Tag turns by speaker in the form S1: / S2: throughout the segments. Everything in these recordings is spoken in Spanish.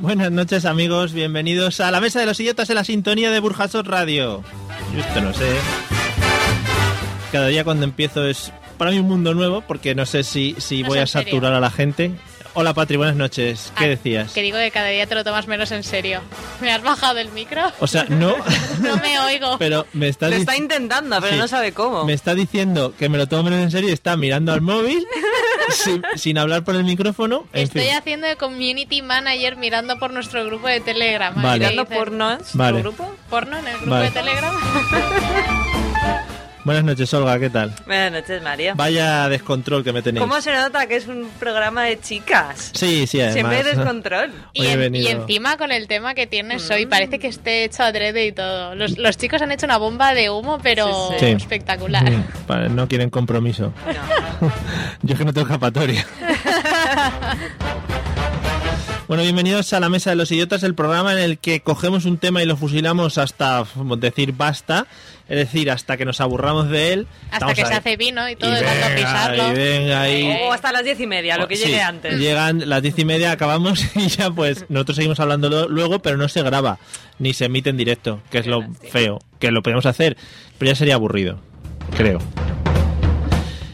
S1: Buenas noches amigos, bienvenidos a la Mesa de los Idiotas en la sintonía de Burjasot Radio. Yo esto no sé. Cada día cuando empiezo es para mí un mundo nuevo porque no sé si, si
S2: No
S1: voy
S2: sé,
S1: a
S2: en serio.
S1: saturar a la gente. Hola Patri, buenas noches. ¿Qué
S2: Ah,
S1: decías?
S2: Que digo que cada día te lo tomas menos en serio. ¿Me has bajado el micro?
S1: O sea, no,
S2: No me oigo.
S1: pero me estás
S3: Lo
S1: dic-
S3: está intentando, pero
S1: Sí.
S3: no sabe cómo.
S1: me está diciendo que me lo tomo menos en serio y está mirando al móvil sin, sin hablar por el micrófono. En
S2: Estoy
S1: fin.
S2: haciendo de community manager mirando por nuestro grupo de Telegram.
S1: Vale.
S2: Ahí
S3: ¿Mirando
S2: dice,
S3: pornos
S1: Vale.
S3: tu grupo?
S2: porno en el grupo
S1: Vale.
S2: de Telegram.
S1: Buenas noches, Olga, ¿qué tal?
S3: Buenas noches, María.
S1: Vaya descontrol que me tenéis.
S3: ¿Cómo se nota que es un programa de chicas?
S1: Sí, sí,
S3: Se
S1: además.
S3: ve descontrol.
S2: Y,
S1: Hoy he
S2: en-
S1: venido-
S2: y encima con el tema que tienes
S3: Mm.
S2: hoy, parece que esté hecho adrede y todo. Los, los chicos han hecho una bomba de humo, pero
S3: Sí,
S1: sí. Sí.
S2: espectacular.
S1: Mm, vale, no quieren compromiso. Yo es que no tengo escapatoria. Bueno, bienvenidos a la Mesa de los Idiotas, el programa en el que cogemos un tema y lo fusilamos hasta f- decir basta, es decir, hasta que nos aburramos de él.
S2: Hasta
S1: Vamos
S2: que
S1: a
S2: se
S1: ver.
S2: hace vino y
S1: Y
S2: todo, de tanto
S1: venga,
S2: pisarlo. Oh.
S1: Y venga, y...
S3: O hasta las diez y media, lo que
S1: Pues Sí,
S3: llegue antes.
S1: Llegan las diez y media, acabamos y ya pues nosotros seguimos hablando lo- luego, pero no se graba ni se emite en directo, que es lo feo, que lo podemos hacer, pero ya sería aburrido, creo.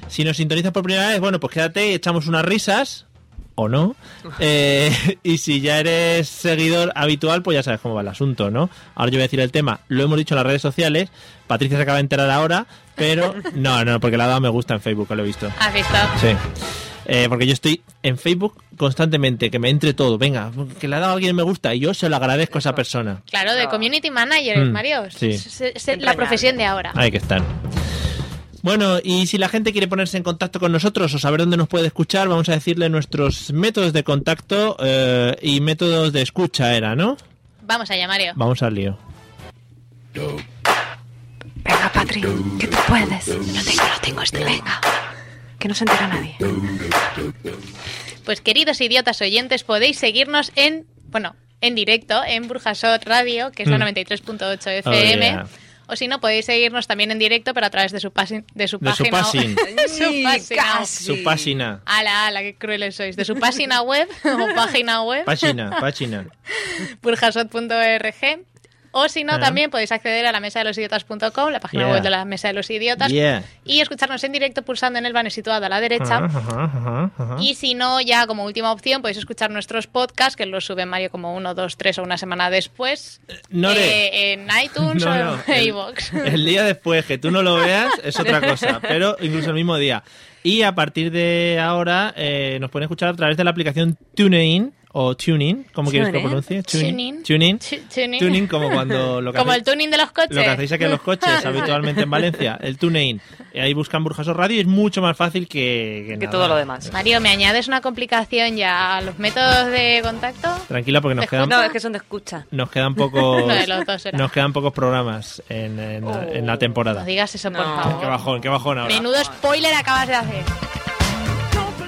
S1: Si nos sintonizas por primera vez, bueno, pues quédate y echamos unas risas. O no. Eh, y si ya eres seguidor habitual, pues ya sabes cómo va el asunto, ¿no? Ahora yo voy a decir el tema. Lo hemos dicho en las redes sociales. Patricia se acaba de enterar ahora, pero no, no, porque le ha dado me gusta en Facebook, que lo he visto.
S2: ¿Has visto?
S1: Sí. Eh, porque yo estoy en Facebook constantemente, que me entre todo. Venga, que le ha dado a alguien me gusta y yo se lo agradezco a esa persona.
S2: Claro, de
S3: No.
S2: community manager,
S1: Mm,
S2: Mario.
S1: sí.
S2: Es- es- es la
S3: Entrañable.
S2: profesión de ahora.
S1: Ahí que están. Bueno, y si la gente quiere ponerse en contacto con nosotros o saber dónde nos puede escuchar, vamos a decirle nuestros métodos de contacto eh, y métodos de escucha era, ¿no?
S2: Vamos allá, Mario.
S1: Vamos al lío.
S4: Venga, Patri, que tú puedes. No tengo, no tengo este. Venga. Que no se entera nadie.
S2: Pues queridos idiotas oyentes, podéis seguirnos en, bueno, en directo en Burjasot Radio, que es la
S1: Mm.
S2: 93.8 FM.
S1: Oh, yeah.
S2: O si no, podéis seguirnos también en directo, pero a través de su, pasi- de su
S1: De su
S2: página.
S1: passing.
S2: Su página.
S3: Casi.
S1: Su página.
S2: Ala, ala, qué crueles sois. De su página web o página web,
S1: Página, página.
S2: burjasot.org. O si no,
S1: Ah.
S2: también podéis acceder a la mesa de los idiotas.com, la página
S1: Yeah.
S2: web de la mesa de los idiotas,
S1: Yeah. Ah.
S2: y escucharnos en directo pulsando en el banner situado a la derecha.
S1: Ajá, ajá, ajá, ajá.
S2: Y si no, ya como última opción, podéis escuchar nuestros podcasts, que los sube Mario como uno, dos, tres o una semana después.
S1: Nore.
S2: eh, en iTunes
S1: No,
S2: o
S1: no,
S2: en
S1: el-
S2: iVoox.
S1: El día después, que tú no lo veas, es otra cosa, pero incluso el mismo día. Y a partir de ahora eh, nos pueden escuchar a través de la aplicación TuneIn o TuneIn, como quieres que lo pronuncie.
S2: TuneIn.
S1: TuneIn.
S2: Tu- tuning.
S1: TuneIn como cuando lo que
S2: Como el
S1: hacéis-
S2: tuning de los coches.
S1: lo que hacéis aquí en los coches habitualmente en Valencia, el TuneIn. Eh, Ahí buscan Burjasos Radio y es mucho más fácil que,
S3: Que
S1: nada.
S3: todo lo demás.
S2: Mario, ¿me añades una complicación ya a los métodos de contacto?
S1: Tranquila porque nos
S2: Te
S1: quedan,
S3: No, es que son de escucha.
S1: nos quedan pocos
S2: Uno de los dos era. Oh,
S1: nos quedan pocos programas en, en- en la temporada.
S2: No digas eso, por
S3: No.
S1: Qué
S2: favor.
S1: bajón, qué bajón ahora.
S2: Menudo spoiler acabas de hacer.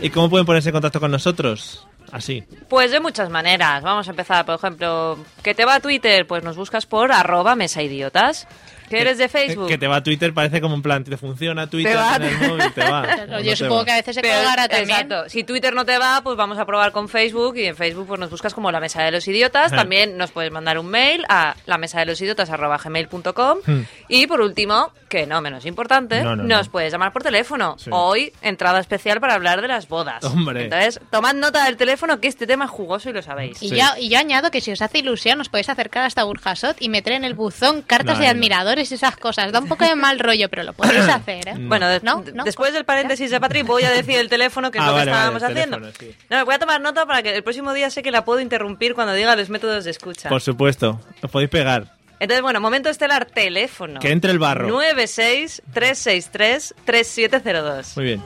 S1: ¿Y cómo pueden ponerse en contacto con nosotros? Así.
S3: Pues de muchas maneras. Vamos a empezar, por ejemplo, que te va a Twitter, pues nos buscas por arroba mesaidiotas. Que eres de Facebook.
S1: Que te va a Twitter, parece como en plan, te funciona Twitter
S3: Te va.
S1: en el móvil, te va. No, no
S2: Yo
S1: te
S2: supongo
S1: va.
S2: que a veces se
S3: Pero-
S2: colgará también.
S3: Exacto. Si Twitter no te va, pues vamos a probar con Facebook y en Facebook pues nos buscas como la mesa de los idiotas.
S1: Ajá.
S3: También nos puedes mandar un mail a la mesa de los idiotas
S1: Hmm.
S3: Y por último, que no menos importante,
S1: No, no,
S3: nos
S1: no.
S3: puedes llamar por teléfono.
S1: Sí.
S3: Hoy entrada especial para hablar de las bodas.
S1: Hombre.
S3: Entonces, tomad nota del teléfono que este tema es jugoso y lo sabéis.
S2: Y,
S1: Sí.
S2: yo, y yo añado que si os hace ilusión os podéis acercar hasta Burjasot y meter en el buzón cartas
S1: No,
S2: de
S1: no.
S2: admiradores y esas cosas. Da un poco de mal rollo, pero lo podéis hacer, ¿eh?
S3: Bueno, de-
S2: ¿No?
S3: de-
S2: ¿No? pues,
S3: después del paréntesis de Patrick voy a decir el teléfono que es
S1: Ah,
S3: lo que
S1: vale, vale,
S3: estábamos
S1: el
S3: haciendo.
S1: teléfono, sí.
S3: No, voy a tomar nota para que el próximo día sé que la puedo interrumpir cuando diga los métodos de escucha.
S1: Por supuesto, os podéis pegar.
S3: Entonces, bueno, momento estelar, teléfono.
S1: Que entre el barro.
S3: 96-363-3702.
S1: Muy bien.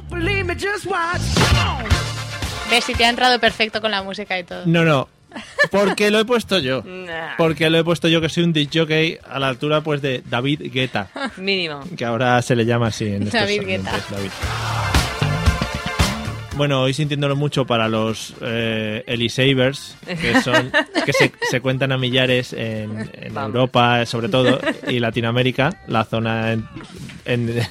S2: Ves si te ha entrado perfecto con la música y todo.
S1: No, no. Porque lo he puesto yo.
S3: Nah,
S1: Porque lo he puesto yo que soy un disc jockey a la altura pues de David Guetta.
S3: mínimo.
S1: Que ahora se le llama así en estos
S2: David
S1: ambientes,
S2: Guetta.
S1: David. Bueno, hoy sintiéndolo mucho para los eh, Elisavers, que, son, que se, se cuentan a millares en, en
S3: Vamos.
S1: Europa, eh, sobre todo, y Latinoamérica, la zona en... en-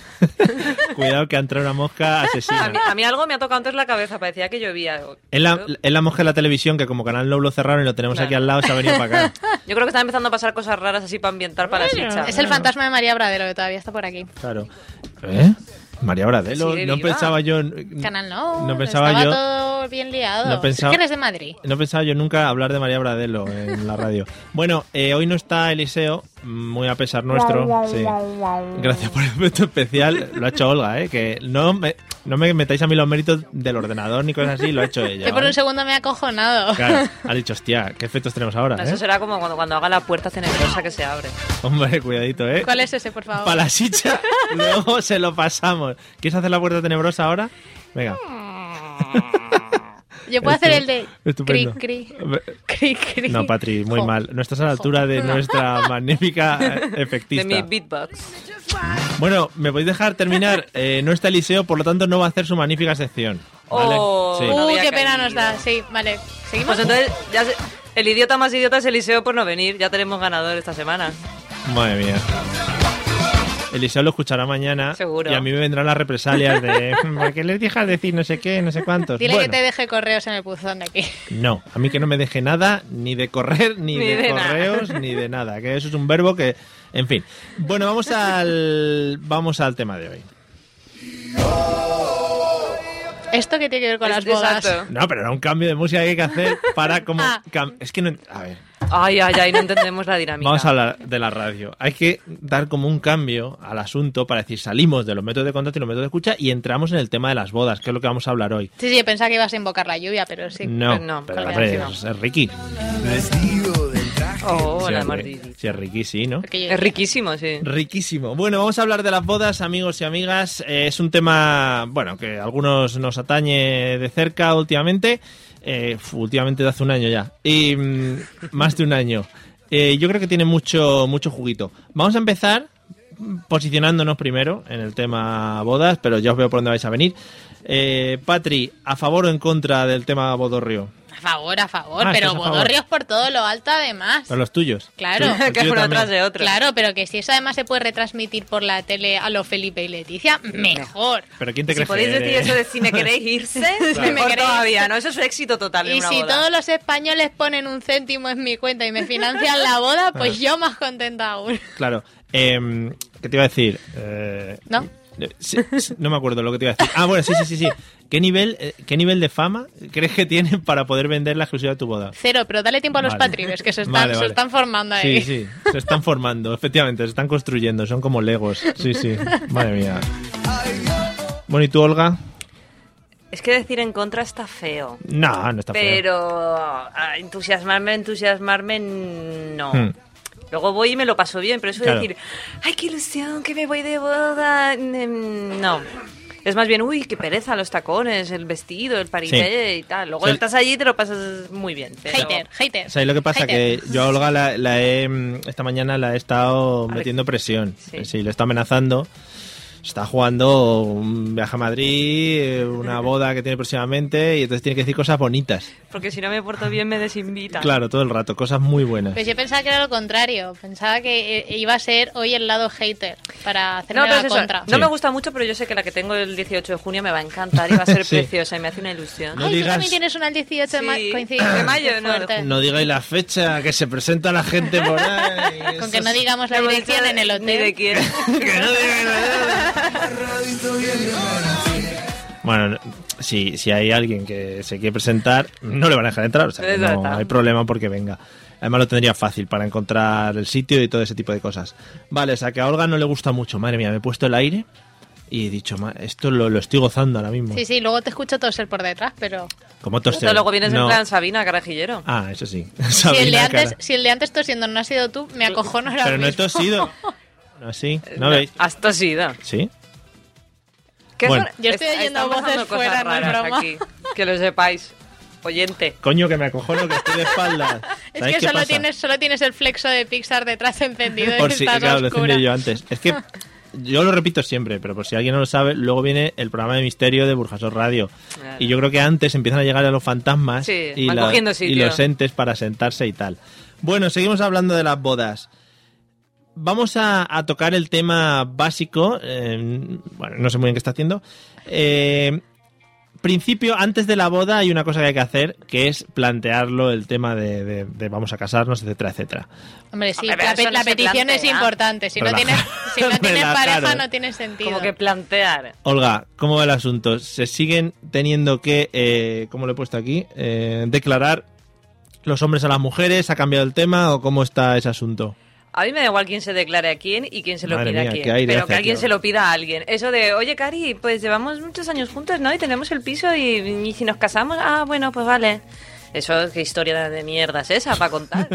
S1: cuidado que ha entrado una mosca
S3: A mí,
S1: asesina.
S3: a mí algo me ha tocado antes la cabeza, parecía que llovía. Yo
S1: Es la, es la mosca de la televisión, que como Canal Noble lo cerraron y lo tenemos
S3: Claro.
S1: aquí al lado, se ha venido para acá.
S3: creo que están empezando a pasar cosas raras así para ambientar para la chicha.
S2: Es el fantasma de María Bradero que todavía está por aquí.
S1: Claro. ¿Eh? María Bradelo,
S3: Sigue
S1: no
S3: viva.
S1: pensaba yo... en-
S2: Canal no.
S1: Mm. No pensaba
S2: estaba
S1: yo...
S2: todo bien liado.
S1: No pensaba-
S2: Es que eres de Madrid.
S1: No pensaba yo nunca hablar de María Bradelo en la radio. Bueno, eh, hoy no está Eliseo, mm, muy a pesar nuestro. sí. Gracias por el efecto especial. Lo ha hecho Olga, ¿eh? Que no me, no me metáis a mí los méritos del ordenador ni cosas así, lo ha hecho ella.
S2: Yo por
S1: ¿vale?
S2: un segundo me he acojonado.
S1: Claro, ha dicho, hostia, ¿qué efectos tenemos ahora?
S3: Eso
S1: eh?
S3: será como cuando, cuando haga la puerta tenebrosa que se abre.
S1: Hombre, cuidadito, ¿eh?
S2: ¿Cuál es ese, por favor?
S1: Para la chicha, luego se lo pasamos. ¿Quieres hacer la puerta tenebrosa ahora? Venga.
S2: Yo puedo hacer el de...
S1: Estupendo.
S2: Cri, cri. Cri, cri.
S1: No, Patri, muy
S2: Jo.
S1: mal. No estás a la altura de nuestra magnífica eh,
S3: De
S1: efectista.
S3: mi beatbox.
S1: Bueno, me podéis dejar terminar. Eh, no está Eliseo, por lo tanto no va a hacer su magnífica sección. ¿vale?
S3: Oh.
S1: Sí.
S3: No
S2: Uy,
S3: había
S2: Uh, qué pena
S3: caído.
S2: nos da. Sí, vale. ¿Seguimos?
S3: Pues entonces, ya se- el idiota más idiota es Eliseo por no venir. Ya tenemos ganador esta semana.
S1: Madre mía. Eliseo lo escuchará mañana.
S3: Seguro.
S1: Y a mí me vendrán las represalias de. "Mm, ¿Por qué les dejas decir no sé qué, no sé cuántos?
S2: Dile
S1: Bueno,
S2: que te deje correos en el buzón de aquí.
S1: No, a mí que no me deje nada, ni de correr, ni,
S3: Ni
S1: de,
S3: de nada.
S1: correos, ni de nada. Que eso es un verbo que. En fin. Bueno, vamos al. Vamos al tema de hoy.
S2: ¿Esto que tiene que ver con las
S3: Es-
S2: bodas?
S3: Exacto.
S1: No, pero era un cambio de música que hay que hacer para como.
S2: Ah.
S1: cam- Es que no. A ver.
S3: Ay, ay, ay, no entendemos la dinámica.
S1: Vamos a hablar de la radio. Hay que dar como un cambio al asunto para decir salimos de los métodos de contacto y los métodos de escucha y entramos en el tema de las bodas, que es lo que vamos a hablar hoy.
S2: Sí, sí, yo pensaba que ibas a invocar la lluvia, pero sí.
S1: no,
S3: pues no,
S1: pero
S3: claro
S1: hombre,
S3: que no.
S1: es, es Ricky.
S3: Oh,
S1: Sí,
S3: la
S1: hombre.
S3: mordidita.
S1: Sí, es Ricky, sí, ¿no?
S2: Porque yo-
S3: Es riquísimo, sí.
S1: Riquísimo. Bueno, vamos a hablar de las bodas, amigos y amigas. Eh, es un tema, bueno, que a algunos nos atañe de cerca últimamente. Eh, fu, últimamente de hace un año ya. Y mm, más de un año. Eh, yo creo que tiene mucho, mucho juguito. Vamos a empezar posicionándonos primero en el tema bodas, pero ya os veo por dónde vais a venir. Eh, Patri, ¿a favor o en contra del tema bodorrio?
S2: A favor, a favor,
S1: Ah,
S2: pero
S1: estás a favor.
S2: bodorrios por todo lo alto además.
S1: Pero los tuyos.
S2: Claro.
S1: Sí, el
S3: que
S1: tuyo
S3: uno
S1: también.
S3: atrás de otro.
S2: Claro, pero que si eso además se puede retransmitir por la tele a lo Felipe y Leticia, mejor.
S1: Pero ¿quién te
S3: Si
S1: crees
S3: podéis
S1: que
S3: decir
S1: eres?
S3: eso de si me queréis irse,
S2: me
S3: mejor
S2: queréis.
S3: todavía, ¿no? Eso es éxito total en
S2: Y
S3: una
S2: si
S3: boda.
S2: todos los españoles ponen un céntimo en mi cuenta y me financian la boda, pues yo más contenta aún.
S1: Claro. Em, ¿Qué te iba a decir? Eh,
S2: ¿No?
S1: eh, sí, sí, no me acuerdo lo que te iba a decir. Ah, bueno, sí, sí, sí, sí. ¿Qué nivel, eh, ¿Qué nivel de fama crees que tienen para poder vender la exclusiva de tu boda?
S2: Cero, pero dale tiempo a los
S1: Vale.
S2: patribes que se están,
S1: Vale,
S2: Se
S1: vale.
S2: están formando ahí.
S1: Sí, sí, se están formando, efectivamente, se están construyendo, son como legos. Sí, sí, madre mía. Bueno, ¿y tú, Olga?
S3: Es que decir en contra está feo.
S1: No, no está feo.
S3: Pero ah, entusiasmarme, entusiasmarme, no.
S1: Hmm.
S3: Luego voy y me lo paso bien, pero eso de
S1: Claro.
S3: decir, ¡ay, qué ilusión, que me voy de boda! mm, No. Es más bien, uy, qué pereza, los tacones, el vestido, el parité y tal. Luego
S1: O sea,
S3: estás allí y te lo pasas muy bien. pero-
S2: Hater, hater.
S1: O sea, y lo que pasa?
S2: hater.
S1: Que yo a Olga la, la he, mm, esta mañana la he estado
S3: A ver.
S1: metiendo presión.
S3: Sí.
S1: Sí. le está amenazando. está jugando un viaje a Madrid, eh, una boda que tiene próximamente, y entonces tiene que decir cosas bonitas.
S3: Porque si no me porto bien me desinvita.
S1: Claro, todo el rato, cosas muy buenas.
S2: Pues yo pensaba que era lo contrario. Pensaba que eh, iba a ser hoy el lado hater para hacerme
S3: No, pero
S2: la
S3: es eso,
S2: contra.
S3: no
S1: Sí.
S3: me gusta mucho, pero yo sé que la que tengo el 18 de junio me va a encantar y va a ser
S1: Sí.
S3: preciosa y me hace una ilusión.
S1: No
S2: Ay, tú
S1: digas-
S2: también tienes una el 18 de, ma-
S3: Sí,
S2: coincide-
S3: de mayo,
S2: qué
S3: no, de
S2: fuerte.
S1: No digáis la fecha, que se presenta la gente por ahí.
S2: Con
S1: eso
S2: que no
S1: es-
S2: digamos la
S3: Hemos
S2: dirección
S3: dicho
S2: en el
S3: pues Ni de
S2: hotel.
S3: quién.
S1: que no digáis la- Bueno, si, si hay alguien que se quiere presentar, no le van a dejar entrar, o sea, que no
S3: Exacto.
S1: hay problema porque venga. Además lo tendría fácil para encontrar el sitio y todo ese tipo de cosas. Vale, o sea que a Olga no le gusta mucho. Madre mía, me he puesto el aire y he dicho, "Ma- esto lo, lo estoy gozando ahora mismo.
S2: Sí, sí, luego te escucho toser por detrás, pero...
S1: Como toster.
S3: No, luego vienes
S1: No.
S3: en plan Sabina, carajillero.
S1: Ah, eso sí.
S2: Si el, de
S1: Sabina, cara.
S2: antes, si el de antes tosiendo no ha sido tú, me acojono ahora
S1: Pero no he
S2: mismo.
S1: tosido. No, sí. Ah, No,
S3: No,
S1: veis.
S3: Has tosido.
S1: ¿Sí?
S3: ¿Qué
S1: Bueno.
S3: son-
S2: Yo estoy
S3: Est-
S2: oyendo
S3: están
S2: voces
S3: pasando cosas
S2: fuera, no es
S3: raras
S2: broma.
S3: aquí. Que lo sepáis. Oyente.
S1: Coño, que me acojono, que estoy de espaldas.
S2: Es
S1: ¿Sabéis
S2: que
S1: qué
S2: solo
S1: pasa?
S2: tienes, solo tienes el flexo de Pixar detrás encendido
S1: Por
S2: y
S1: si,
S2: estás
S1: claro, lo
S2: oscura.
S1: decía yo antes. Es que yo lo repito siempre, pero por si alguien no lo sabe, luego viene el programa de misterio de Burjasot Radio.
S3: Claro.
S1: Y yo creo que antes empiezan a llegar a los fantasmas
S3: Sí,
S1: y,
S3: van
S1: la-
S3: cogiendo
S1: y
S3: sitio.
S1: los entes para sentarse y tal. Bueno, seguimos hablando de las bodas. Vamos a, a tocar el tema básico. eh, bueno, no sé muy bien qué está haciendo. Eh, principio, antes de la boda, hay una cosa que hay que hacer, que es plantearlo el tema de, de- de vamos a casarnos, etcétera, etcétera.
S2: Hombre, sí,
S3: Hombre, pero
S2: la,
S3: eso
S2: pe-
S3: no
S2: la
S3: se
S2: petición
S3: plantea.
S2: es importante. Si no
S1: Relaja-
S2: tienes, si no tienes
S1: Relajaros.
S2: pareja, no tiene sentido.
S3: Como que plantear.
S1: Olga, ¿cómo va el asunto? ¿Se siguen teniendo que, eh, ¿cómo lo he puesto aquí? Eh, declarar los hombres a las mujeres, ¿ha cambiado el tema o cómo está ese asunto?
S3: A mí me da igual quién se declare a quién y quién se lo
S1: Madre
S3: pida
S1: mía,
S3: a quién.
S1: qué aire
S3: pero
S1: hace
S3: que
S1: aquí
S3: alguien
S1: ahora.
S3: se lo pida a alguien. Eso de, oye, Cari, pues llevamos muchos años juntos, ¿no? Y tenemos el piso y, y si nos casamos, ah, bueno, pues vale. Eso, qué historia de mierda es esa para contar.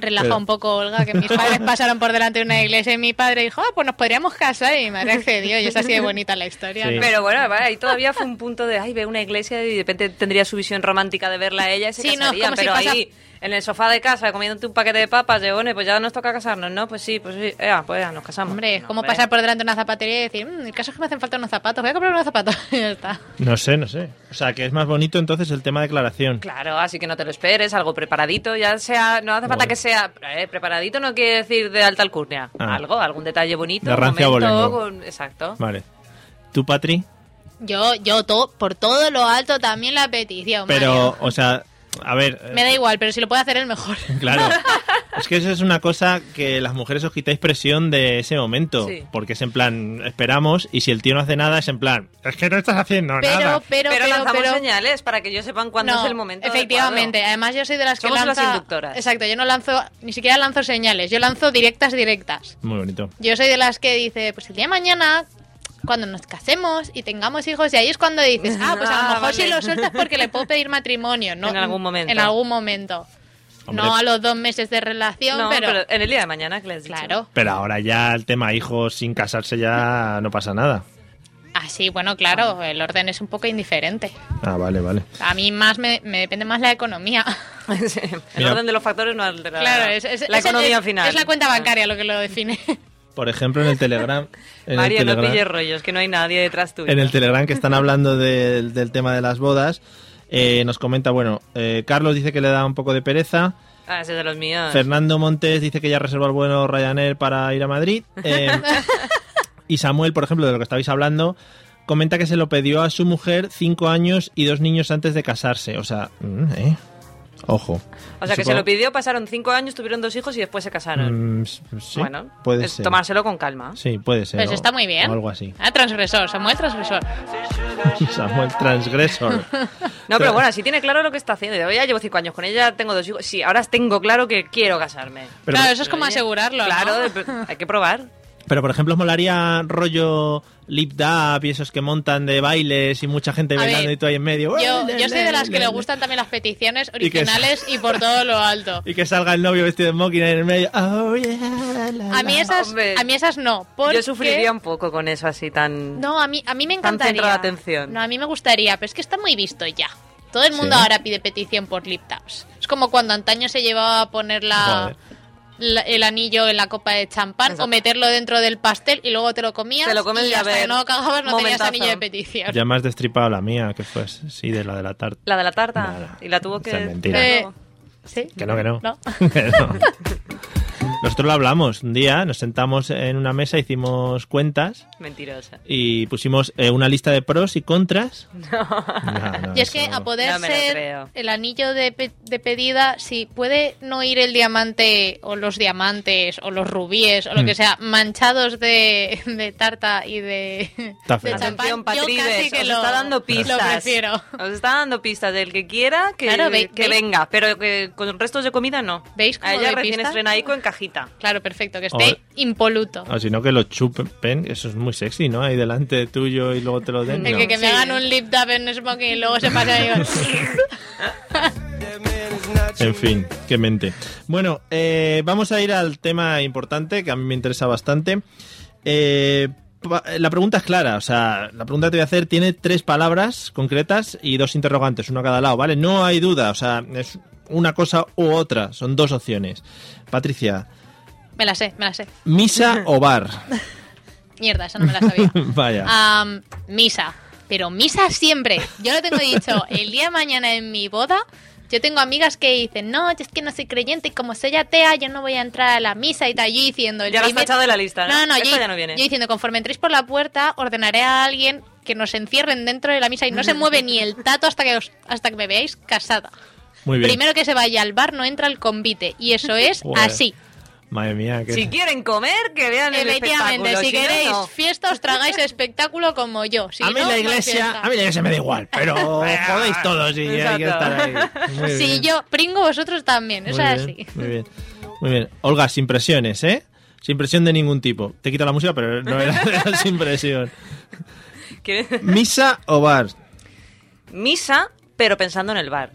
S2: Relaja
S1: Pero-
S2: un poco, Olga, que mis padres pasaron por delante de una iglesia y mi padre dijo, ah, pues nos podríamos casar y mi madre accedió y es así de bonita la historia.
S1: Sí.
S2: ¿no?
S3: Pero bueno, vale, ahí todavía fue un punto de, ay, ve una iglesia y de repente tendría su visión romántica de verla a ella y se
S2: Sí, no, es
S3: casarían,
S2: como si
S3: pero
S2: pasa-
S3: ahí, en el sofá de casa, comiéndote un paquete de papas, de, bueno, pues ya nos toca casarnos, ¿no? Pues sí, pues sí, ea, pues ea, nos casamos.
S2: Hombre, es
S3: No,
S2: como
S3: hombre.
S2: pasar por delante de una zapatería y decir, "Mm, el caso es que me hacen falta unos zapatos, voy a comprar unos zapatos y ya está.
S1: No sé, no sé. O sea, que es más bonito entonces el tema de declaración.
S3: Claro, así que no te lo esperes, algo preparadito, ya sea, no hace falta
S1: Bueno.
S3: que sea, eh, preparadito no quiere decir de alta alcurnia,
S1: Ah.
S3: algo, algún detalle bonito,
S1: De rancia
S3: un momento,
S1: bolengo.
S3: con- exacto.
S1: Vale. ¿Tú, Patri?
S2: Yo, yo to- por todo lo alto también la petición.
S1: Pero,
S2: Mario.
S1: o sea, a ver... eh,
S2: Me da igual, pero si lo puede hacer el mejor.
S1: Claro. Es que eso es una cosa que las mujeres os quitáis presión de ese momento.
S3: Sí.
S1: Porque es en plan, esperamos, y si el tío no hace nada, es en plan, es que no estás haciendo nada.
S2: Pero, pero,
S3: Pero,
S2: pero,
S3: lanzamos
S2: pero-
S3: señales para que ellos sepan cuándo
S2: No,
S3: es el momento
S2: Efectivamente,
S3: adecuado.
S2: además yo soy de las que
S3: Somos las
S2: lanza-
S3: inductoras.
S2: Exacto, yo no lanzo, ni siquiera lanzo señales, yo lanzo directas, directas.
S1: Muy bonito.
S2: Yo soy de las que dice, pues el día de mañana, cuando nos casemos y tengamos hijos, y ahí es cuando dices, ah, pues a lo
S3: Ah,
S2: mejor
S3: vale.
S2: si lo sueltas porque le puedo pedir matrimonio, ¿no?
S3: En algún momento.
S2: En algún momento.
S1: Hombre.
S2: No a los dos meses de relación,
S3: No,
S2: pero,
S3: pero... en el día de mañana, que les dicho.
S2: Claro.
S1: Pero ahora ya el tema hijos sin casarse ya no pasa nada.
S2: Así, Ah, bueno, claro, el orden es un poco indiferente.
S1: Ah, vale, vale.
S2: A mí más me, me depende más la economía.
S3: Sí, el
S1: Mira.
S3: orden de los factores no altera
S2: claro, es, es-
S3: la
S2: es-
S3: economía
S2: es-
S3: final.
S2: Es la cuenta bancaria lo que lo define.
S1: Por ejemplo, en el Telegram. En
S3: Mario,
S1: el
S3: no
S1: Telegram,
S3: pilles rollos, que no hay nadie detrás tuyo.
S1: en el Telegram que están hablando del- del tema de las bodas. eh, nos comenta, bueno, eh, Carlos dice que le da un poco de pereza.
S3: Ah, ese es de los míos.
S1: Fernando Montes dice que ya reservó el vuelo Ryanair para ir a Madrid. eh, y Samuel, por ejemplo, de lo que estabais hablando, comenta que se lo pidió a su mujer cinco años y dos niños antes de casarse. O sea, mm, eh, ojo.
S3: O sea, que se
S1: Supongo-
S3: lo pidió, pasaron cinco años, tuvieron dos hijos y después se casaron.
S1: Mm, s- sí,
S3: bueno,
S1: puede
S3: es
S1: ser.
S3: tomárselo con calma.
S1: Sí, puede ser.
S2: Pues
S1: o-
S2: está muy bien.
S1: o algo así.
S2: Ah, transgresor, Samuel transgresor.
S1: Samuel transgresor.
S3: No,
S1: Pero-
S3: pero bueno, si tiene claro lo que está haciendo. Digo, ya llevo cinco años con ella, tengo dos hijos. Sí, ahora tengo claro que quiero casarme.
S1: Pero,
S2: claro, eso es
S3: Pero
S2: como
S3: oye,
S2: asegurarlo. ¿no?
S3: Claro, de- pero hay que probar.
S1: pero, por ejemplo, os molaría rollo lip dub y esos que montan de bailes y mucha gente
S2: A
S1: bailando
S2: ver,
S1: y tú ahí en medio.
S2: Yo,
S1: Le,
S2: yo soy de
S1: le,
S2: las que
S1: le,
S2: le
S1: le.
S2: gustan también las peticiones
S1: Y que-
S2: originales y, por todo lo alto.
S1: Y que salga el novio vestido de smoking ahí en el medio. Oh, yeah, la,
S2: A mí
S1: la.
S2: esas,
S3: Hombre,
S2: a mí esas no. Porque...
S3: Yo sufriría un poco con eso así tan...
S2: No, a mí, a mí me
S3: Tan
S2: encantaría.
S3: centrada atención.
S2: No, a mí me gustaría, pero es que está muy visto ya. Todo el mundo
S1: Sí.
S2: ahora pide petición por lip taps. Es como cuando antaño se llevaba a poner la,
S1: Joder.
S2: la- el anillo en la copa de champán
S3: Exacto.
S2: o meterlo dentro del pastel y luego te lo comías.
S3: Te lo comes
S2: y
S3: de
S2: hasta
S3: haber.
S2: que no cagabas no
S3: Momentazo.
S2: tenías anillo de petición.
S1: Ya me has destripado la mía, que fue, sí, de la de la tarta.
S3: La de la tarta.
S1: Nada.
S3: Y la tuvo que.
S1: Esa es mentira.
S3: tirar
S2: Eh,
S3: luego.
S2: ¿Sí?
S1: Que no, que no.
S2: No.
S1: Que no. Nosotros lo hablamos un día, nos sentamos en una mesa, hicimos cuentas
S3: Mentirosa.
S1: y pusimos eh, una lista de pros y contras. No, no,
S2: Y es que
S1: Ah, eso-
S2: a poder
S3: No me lo creo.
S2: ser el anillo de, pe- de pedida, si puede no ir el diamante o los diamantes o los rubíes o lo
S1: Mm.
S2: que sea manchados de, de tarta y de,
S1: Está
S2: de
S1: feo.
S3: Atención,
S2: champán,
S3: Patrides,
S2: yo casi que
S3: os
S2: lo,
S3: está dando pistas.
S2: lo prefiero.
S3: Os está dando pistas del que quiera que,
S2: Claro, ve-
S3: que
S2: ve-
S3: venga, pero que con restos de comida no.
S2: ¿Veis cómo
S3: A ella
S2: doy
S3: recién
S2: pistas?
S3: estrenaico en cajita.
S2: Claro, perfecto, que esté
S1: Hombre.
S2: impoluto.
S1: O Ah, si no, que lo chupen, eso es muy sexy, ¿no? Ahí delante tuyo y luego te lo den.
S2: El
S1: no.
S2: que, que me
S3: Sí.
S2: hagan un lip dab en smoking y luego se pase ahí.
S1: En fin, qué mente. Bueno, eh, vamos a ir al tema importante que a mí me interesa bastante. Eh, pa- la pregunta es clara, o sea, la pregunta que te voy a hacer tiene tres palabras concretas y dos interrogantes, uno a cada lado, ¿vale? No hay duda, o sea, es una cosa u otra, son dos opciones. Patricia,
S2: Me la sé, me la sé.
S1: ¿misa o bar?
S2: Mierda, esa no me la sabía.
S1: Vaya.
S2: Am, misa. Pero misa siempre. Yo lo tengo dicho. El día de mañana en mi boda, yo tengo amigas que dicen, no, yo es que no soy creyente y como soy atea, yo no voy a entrar a la misa y tal. Yo diciendo, el
S3: Ya la has
S2: primer-
S3: tachado de la lista, ¿no?
S2: No, no,
S3: Esta
S2: yo,
S3: ya no viene.
S2: yo diciendo, conforme entréis por la puerta, ordenaré a alguien que nos encierren dentro de la misa y no se mueve ni el tato hasta que, os- hasta que me veáis casada.
S1: Muy bien.
S2: Primero que se vaya al bar, no entra al convite. Y eso es
S1: Joder.
S2: así.
S1: Madre mía, que...
S3: Si quieren comer, que vean el
S2: Efectivamente,
S3: espectáculo.
S2: si
S3: no,
S2: queréis
S3: no.
S2: fiesta, os tragáis espectáculo como yo. Si
S1: a mí
S2: no, no
S1: la
S2: hay
S1: iglesia,
S2: fiesta.
S1: a mí la iglesia me da igual, pero podéis todos y hay que estar ahí. Muy
S2: Si
S1: bien.
S2: yo pringo, vosotros también. Eso
S1: Muy
S2: es
S1: bien,
S2: así.
S1: Muy bien. Muy bien. Olga, sin presiones, ¿eh? Sin presión de ningún tipo. Te quito la música, pero no era, era sin presión.
S3: ¿Quieren-
S1: ¿Misa o bar?
S3: Misa, pero pensando en el bar.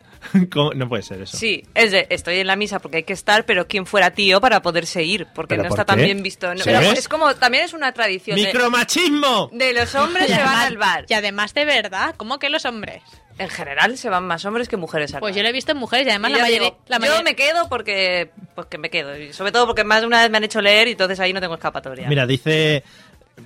S1: ¿Cómo? No puede ser eso.
S3: Sí, es de, estoy en la misa porque hay que estar, pero quien fuera tío para poderse ir, porque
S1: ¿Pero
S3: no
S1: por
S3: está tan
S1: qué?
S3: bien visto. No,
S1: ¿Sí
S3: pero
S1: ves?
S3: es como, también es una tradición. de-
S1: ¡Micromachismo!
S3: De, los hombres se van al bar.
S2: y además, de verdad, ¿cómo que los hombres?
S3: En general se van más hombres que mujeres al
S2: Pues
S3: bar.
S2: yo lo he visto en mujeres y además
S3: Y
S2: la
S3: ya
S2: mayoría.
S3: digo,
S2: la
S3: Yo
S2: mayoría-
S3: me quedo porque, pues que me quedo. Y sobre todo porque más de una vez me han hecho leer y entonces ahí no tengo escapatoria.
S1: Mira, dice.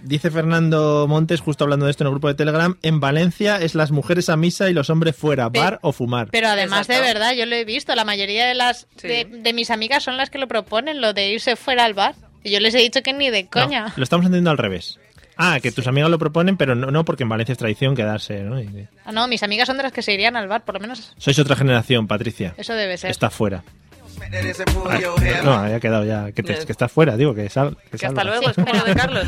S1: Dice Fernando Montes, justo hablando de esto en el grupo de Telegram, en Valencia es las mujeres a misa y los hombres fuera,
S2: Pe-
S1: bar o fumar.
S2: Pero además,
S3: Exacto.
S2: de verdad, yo lo he visto. La mayoría de las
S3: Sí.
S2: de, de mis amigas son las que lo proponen, lo de irse fuera al bar. Y yo les he dicho que ni de
S1: No,
S2: coña.
S1: lo estamos entendiendo al revés. Ah, que tus amigas lo proponen, pero no, no porque en Valencia es tradición quedarse, ¿no? Y-
S2: Ah, No, mis amigas son de las que se irían al bar, por lo menos
S1: Sois otra generación, Patricia.
S2: eso debe ser.
S1: Está fuera. No, había quedado ya. Que, te- que está fuera, digo, que, sal, que
S3: Que
S1: salva.
S3: hasta luego, es como lo de Carlos.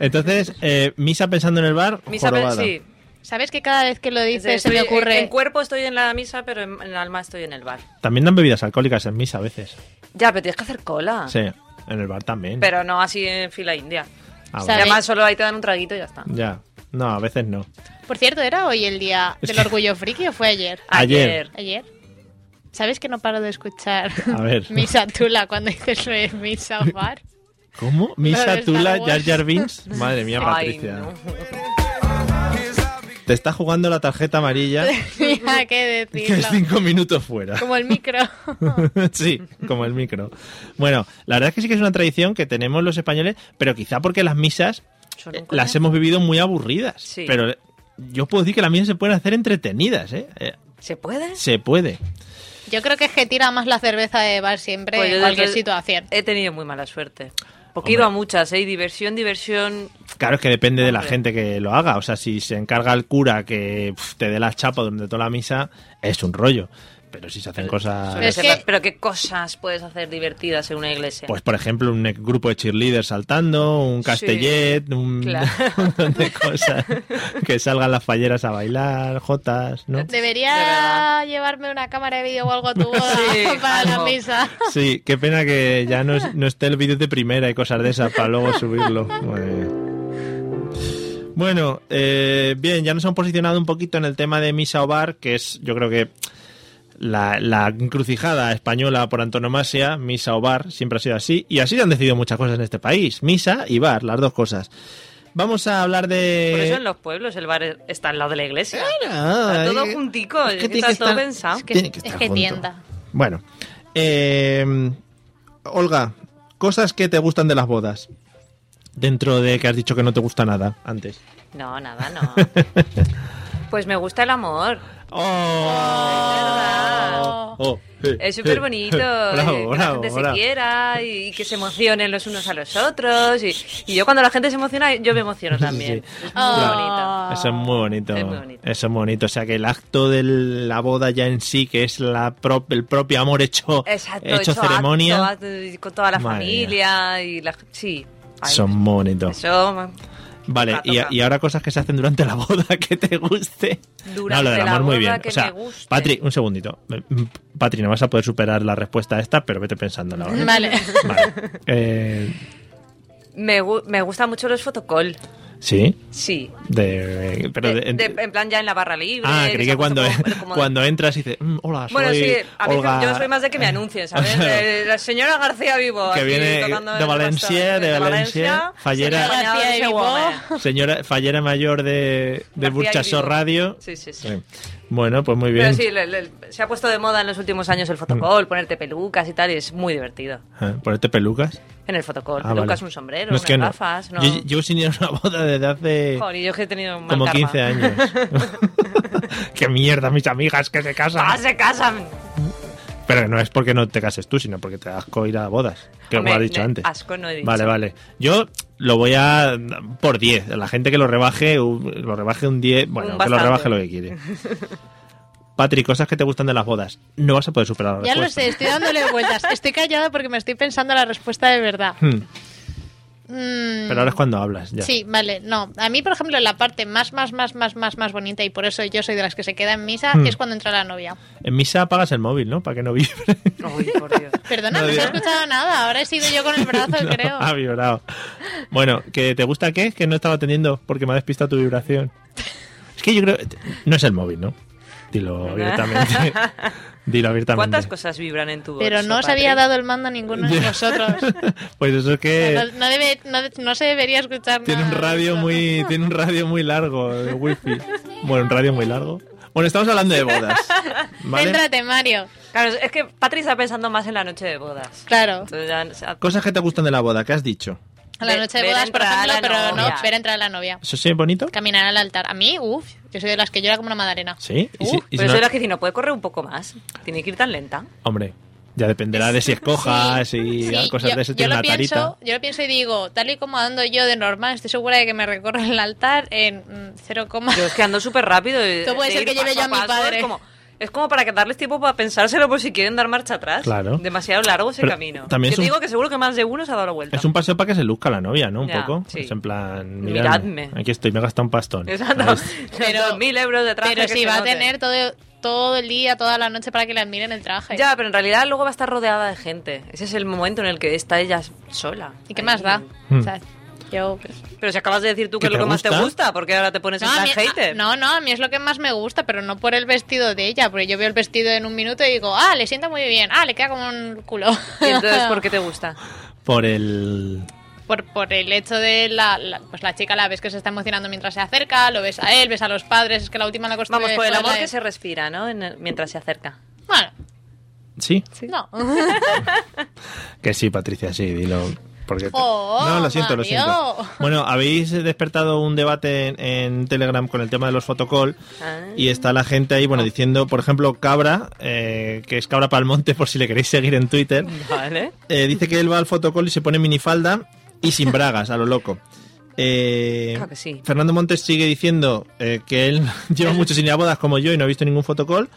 S1: Entonces, eh, misa pensando en el bar,
S3: Misa,
S1: jorobada.
S3: sí.
S2: ¿Sabes que cada vez que lo dices se
S3: Estoy-
S2: me ocurre.
S3: En, en cuerpo estoy en la misa, pero en, en alma estoy en el bar.
S1: También dan bebidas alcohólicas en misa a veces.
S3: Ya, pero tienes que hacer cola.
S1: Sí, en el bar también.
S3: Ah. Pero no así en fila india.
S1: Ah, vale.
S2: o sea,
S3: Además, solo ahí te dan un traguito y ya está.
S1: Ya. No, a veces no.
S2: Por cierto, ¿era hoy el día
S1: Es
S2: del
S1: que-
S2: orgullo friki o fue ayer?
S1: Ayer.
S2: Ayer. ¿Sabes que no paro de escuchar
S1: A ver.
S2: Misa Tula cuando dices lo de Misa Bar?
S1: ¿Cómo? ¿Misa,
S2: Claro,
S1: Tula,
S2: Star
S1: Jar
S2: Wars.
S1: Jar Binks? Madre mía,
S3: Ay,
S1: Patricia.
S3: no.
S1: Te está jugando la tarjeta amarilla
S2: Mira, qué
S1: que es
S2: decirlo.
S1: cinco minutos fuera.
S2: Como el micro.
S1: sí, como el micro. Bueno, la verdad es que sí que es una tradición que tenemos los españoles, pero quizá porque las misas
S3: Son
S1: eh,
S3: un
S1: las
S3: coñazo.
S1: hemos vivido muy aburridas.
S3: Sí.
S1: Pero eh, yo puedo decir que las misas se pueden hacer entretenidas, ¿eh? Eh,
S3: ¿Se puede?
S1: Se puede.
S2: Yo creo que es que tira más la cerveza de bar siempre
S3: Pues yo
S2: en cualquier
S3: desde-
S2: situación.
S3: He tenido muy mala suerte. Porque he ido a muchas, ¿eh? Y Diversión, diversión.
S1: Claro, es que depende de la
S3: Hombre.
S1: gente que lo haga. O sea, si se encarga el cura que pf, te dé la chapa durante toda la misa, es un rollo. Pero si se hacen
S3: Pero,
S2: es
S1: cosas...
S3: se-
S2: que-
S3: pero qué cosas puedes hacer divertidas en una iglesia.
S1: Pues, por ejemplo, un grupo de cheerleaders saltando, un castellet, un,
S3: claro.
S1: un montón de cosas. que salgan las falleras a bailar, jotas, ¿no?
S3: De
S2: Debería
S3: verdad.
S2: llevarme una cámara de vídeo o algo a tu boda
S3: Sí,
S2: para la
S3: algo.
S2: misa.
S1: Sí, qué pena que ya no, es- no esté el vídeo de primera y cosas de esas para luego subirlo. Madre mía. Bueno, eh, bien, ya nos han posicionado un poquito en el tema de misa o bar, que es, yo creo que la, la encrucijada española por antonomasia, misa o bar, siempre ha sido así, y así se han decidido muchas cosas en este país, misa y bar, las dos cosas. Vamos a hablar de...
S3: Por eso en los pueblos el bar es- está al lado de la iglesia.
S1: Ah,
S3: Está todo
S1: eh,
S3: juntico,
S1: es que
S3: está
S1: tiene que
S3: todo
S1: estar-
S3: pensado.
S1: Tiene que
S2: es
S1: estar
S2: que
S1: junto.
S2: tienda.
S1: Bueno, eh, Olga, cosas que te gustan de las bodas. Dentro de que has dicho que no te gusta nada antes.
S3: No, nada, no. Pues me gusta el amor.
S1: ¡Oh! Oh, eh, eh,
S3: Es súper bonito.
S1: eh, Bravo,
S3: que la
S1: bravo,
S3: gente
S1: bravo.
S3: se quiera y, y que se emocionen los unos a los otros. Y, y yo cuando la gente se emociona, yo me emociono también.
S1: Sí.
S3: Es muy
S2: Ah.
S3: bonito.
S1: Eso es muy bonito.
S3: Es muy bonito.
S1: Eso es muy bonito. O sea, que el acto de la boda ya en sí, que es la pro- el propio amor hecho,
S3: Exacto,
S1: hecho
S3: hecho
S1: ceremonia,
S3: acto, acto con toda la
S1: Madre
S3: familia y la sí. Ay,
S1: son muy bonitos.
S3: eso
S1: Vale,
S3: toca,
S1: y,
S3: toca.
S1: y ahora cosas que se hacen durante la boda que te guste.
S3: Durante
S1: no, lo del
S3: la
S1: amor muy
S3: boda
S1: bien.
S3: que
S1: o sea,
S3: me guste.
S1: Patri, un segundito. Patri, no vas a poder superar la respuesta a esta, pero vete pensándola. ¿vale?
S2: Vale.
S1: Vale. Eh,
S3: me, gu- me gustan mucho los fotocall.
S1: sí,
S3: Sí.
S1: de, pero
S3: De-
S1: de-
S3: de- en plan ya en la barra libre.
S1: Ah, creí que
S3: esa cosa
S1: cuando,
S3: como- como-
S1: cuando entras y dices, "Mm, hola, soy
S3: Bueno, sí, a mí
S1: Olga". Ah.
S3: yo soy más de que me anuncien, ¿sabes? Eh, la señora García Vivo.
S1: Que
S3: aquí
S1: viene
S3: tocando
S1: de
S3: el
S1: Valencia,
S3: bastón.
S1: de Valencia, Fallera.
S3: señora García
S2: García
S3: Vivo.
S2: Vivo.
S1: Señora fallera mayor de, de
S3: García
S1: Burchasó
S3: Vivo.
S1: Radio.
S3: Sí, sí, sí.
S1: Sí. Bueno, pues muy
S3: Pero
S1: bien. Mm.
S3: sí, le- le- se ha puesto de moda en los últimos años el fotocall, ponerte pelucas y tal, y es muy divertido.
S1: Ah, Ponerte pelucas.
S3: En el fotocall,
S1: Ah,
S3: pelucas,
S1: vale.
S3: un sombrero,
S1: No, es
S3: unas
S1: que no.
S3: gafas, ¿no?
S1: Yo llevo sin ir a una boda desde hace
S3: Joder, y yo que he tenido un mal
S1: como
S3: karma.
S1: 15 años. ¡Qué mierda, mis amigas, que se casan!
S3: ¡Ah, se casan!
S1: Pero no es porque no te cases tú, sino porque te da asco ir a bodas. Que lo
S3: Hombre,
S1: has dicho
S3: me-
S1: antes.
S3: asco no he dicho.
S1: Vale, vale. Yo lo voy a por 10. La gente que lo rebaje, un- lo rebaje un 10. Bueno,
S3: Un
S1: que lo
S3: bastante.
S1: rebaje lo que quiere. Patrick, cosas que te gustan de las bodas. No vas a poder superar la
S2: Ya lo
S1: respuesta.
S2: sé, estoy dándole vueltas. Estoy callada porque me estoy pensando la respuesta de verdad.
S1: Hmm,
S2: Mm,
S1: Pero ahora es cuando hablas. Ya.
S2: Sí, vale, no. A mí, por ejemplo, la parte más, más, más, más, más, más bonita, y por eso yo soy de las que se queda en misa,
S1: Hmm.
S2: es cuando entra la novia.
S1: En misa apagas el móvil, ¿no? Para que no vibre.
S3: Ay, por Dios.
S2: Perdona, no,
S1: Novia.
S2: se ha escuchado nada. Ahora he sido yo con el brazo,
S1: No,
S2: creo.
S1: Ha vibrado. Bueno, ¿que ¿te gusta qué? Que no estaba atendiendo porque me ha despistado tu vibración. Es que yo creo. No es el móvil, ¿no? Dilo abiertamente. Dilo abiertamente.
S3: ¿Cuántas cosas vibran en tu bolso,
S2: Pero no os había
S3: Patrick?
S2: dado el mando a ninguno de
S1: Ya.
S2: vosotros.
S1: Pues eso es
S2: No,
S1: que
S2: no debe- no- no se debería escuchar
S1: tiene un
S2: nada.
S1: radio muy tiene un radio muy largo el wifi. Bueno, un radio muy largo. Bueno, estamos hablando de bodas. ¿Vale?
S2: Céntrate, Mario.
S3: Claro, es que Patri está pensando más en la noche de bodas.
S2: Claro.
S3: Entonces ya se ha-
S1: Cosas que te gustan de la boda, ¿qué has dicho?
S2: A la
S3: Ver-
S2: noche de
S3: ver
S2: bodas, por
S3: entrar a
S2: ejemplo,
S3: la
S2: pero no,
S3: novia.
S2: ver entrar a la novia.
S1: ¿Eso sí es bonito?
S2: Caminar al altar. A mí, uff, yo soy de las que llora como una madalena.
S1: Sí. ¿Y
S3: Uf,
S2: Uh,
S1: si- y si
S3: pero
S1: no-
S3: soy la que si no puede correr un poco más. Tiene que ir tan lenta.
S1: Hombre, ya dependerá de si escojas y
S2: Sí,
S1: cosas
S2: yo,
S1: de ese
S2: yo
S1: tiene
S2: lo
S1: una tarita.
S2: pienso, yo lo pienso y digo, tal y como ando yo de normal, estoy segura de que me recorro el altar en mm, 0, coma-
S3: Yo es que ando súper rápido. y-
S2: Esto puede
S3: de
S2: ser
S3: ir
S2: que lleve
S3: paso
S2: yo a mi
S3: paso,
S2: padre.
S3: Es como, es como para que darles tiempo para pensárselo por si quieren dar marcha atrás.
S1: Claro.
S3: Demasiado largo ese
S1: Pero
S3: camino.
S1: también
S3: Yo
S1: es
S3: te
S1: un-
S3: digo que seguro que más de uno se ha dado la vuelta.
S1: Es un paseo para que se luzca la novia, ¿no? Un
S3: Ya,
S1: poco.
S3: sí.
S1: Es en plan,
S3: Miradme.
S1: miradme, Aquí estoy, me he gastado un pastón.
S3: Exacto.
S1: ¿Sabes?
S2: Pero-
S3: Pero, mil euros de traje.
S2: Pero
S3: que
S2: sí,
S3: se
S2: va a
S3: noten.
S2: tener todo, todo el día, toda la noche para que le admiren el traje.
S3: Ya, pero en realidad luego va a estar rodeada de gente. Ese es el momento en el que está ella sola.
S2: ¿Y qué
S3: Ahí.
S2: más da?
S1: Hmm.
S2: O sea, yo... pues-
S3: Pero si acabas de decir tú
S1: ¿Que
S3: que es lo
S1: te
S3: que más te
S1: gusta?
S3: gusta, porque ahora te pones
S2: No,
S3: Pues en
S2: a
S3: plan
S2: mí-
S3: hater.
S2: a- no, no, a mí es lo que más me gusta, pero no por el vestido de ella, porque yo veo el vestido en un minuto y digo, ah, le sienta muy bien, ah, le queda como un culo.
S3: Y entonces, ¿por qué te gusta?
S1: Por el
S2: por, por el hecho de la, la- pues la chica la ves que se está emocionando mientras se acerca, lo ves a él, ves a los padres, es que la última la construye.
S3: Vamos, por el
S2: fuera
S3: amor
S2: de-
S3: que se respira, ¿no? En el- mientras se acerca.
S2: Bueno,
S1: sí,
S2: no.
S1: que sí, Patricia, sí, dilo. Porque
S2: Oh,
S1: no, lo siento, lo
S2: Mario.
S1: siento. Bueno, habéis despertado un debate en, en Telegram con el tema de los fotocall
S3: Ah.
S1: y está la gente ahí, bueno, diciendo, por ejemplo, Cabra, eh, que es Cabra Palmonte, por si le queréis seguir en Twitter,
S3: Vale.
S1: eh, dice que él va al fotocall y se pone minifalda y sin bragas, a lo loco. Eh,
S3: Claro que sí.
S1: Fernando Montes sigue diciendo eh, que él lleva mucho sin ir a bodas como yo y no ha visto ningún fotocall.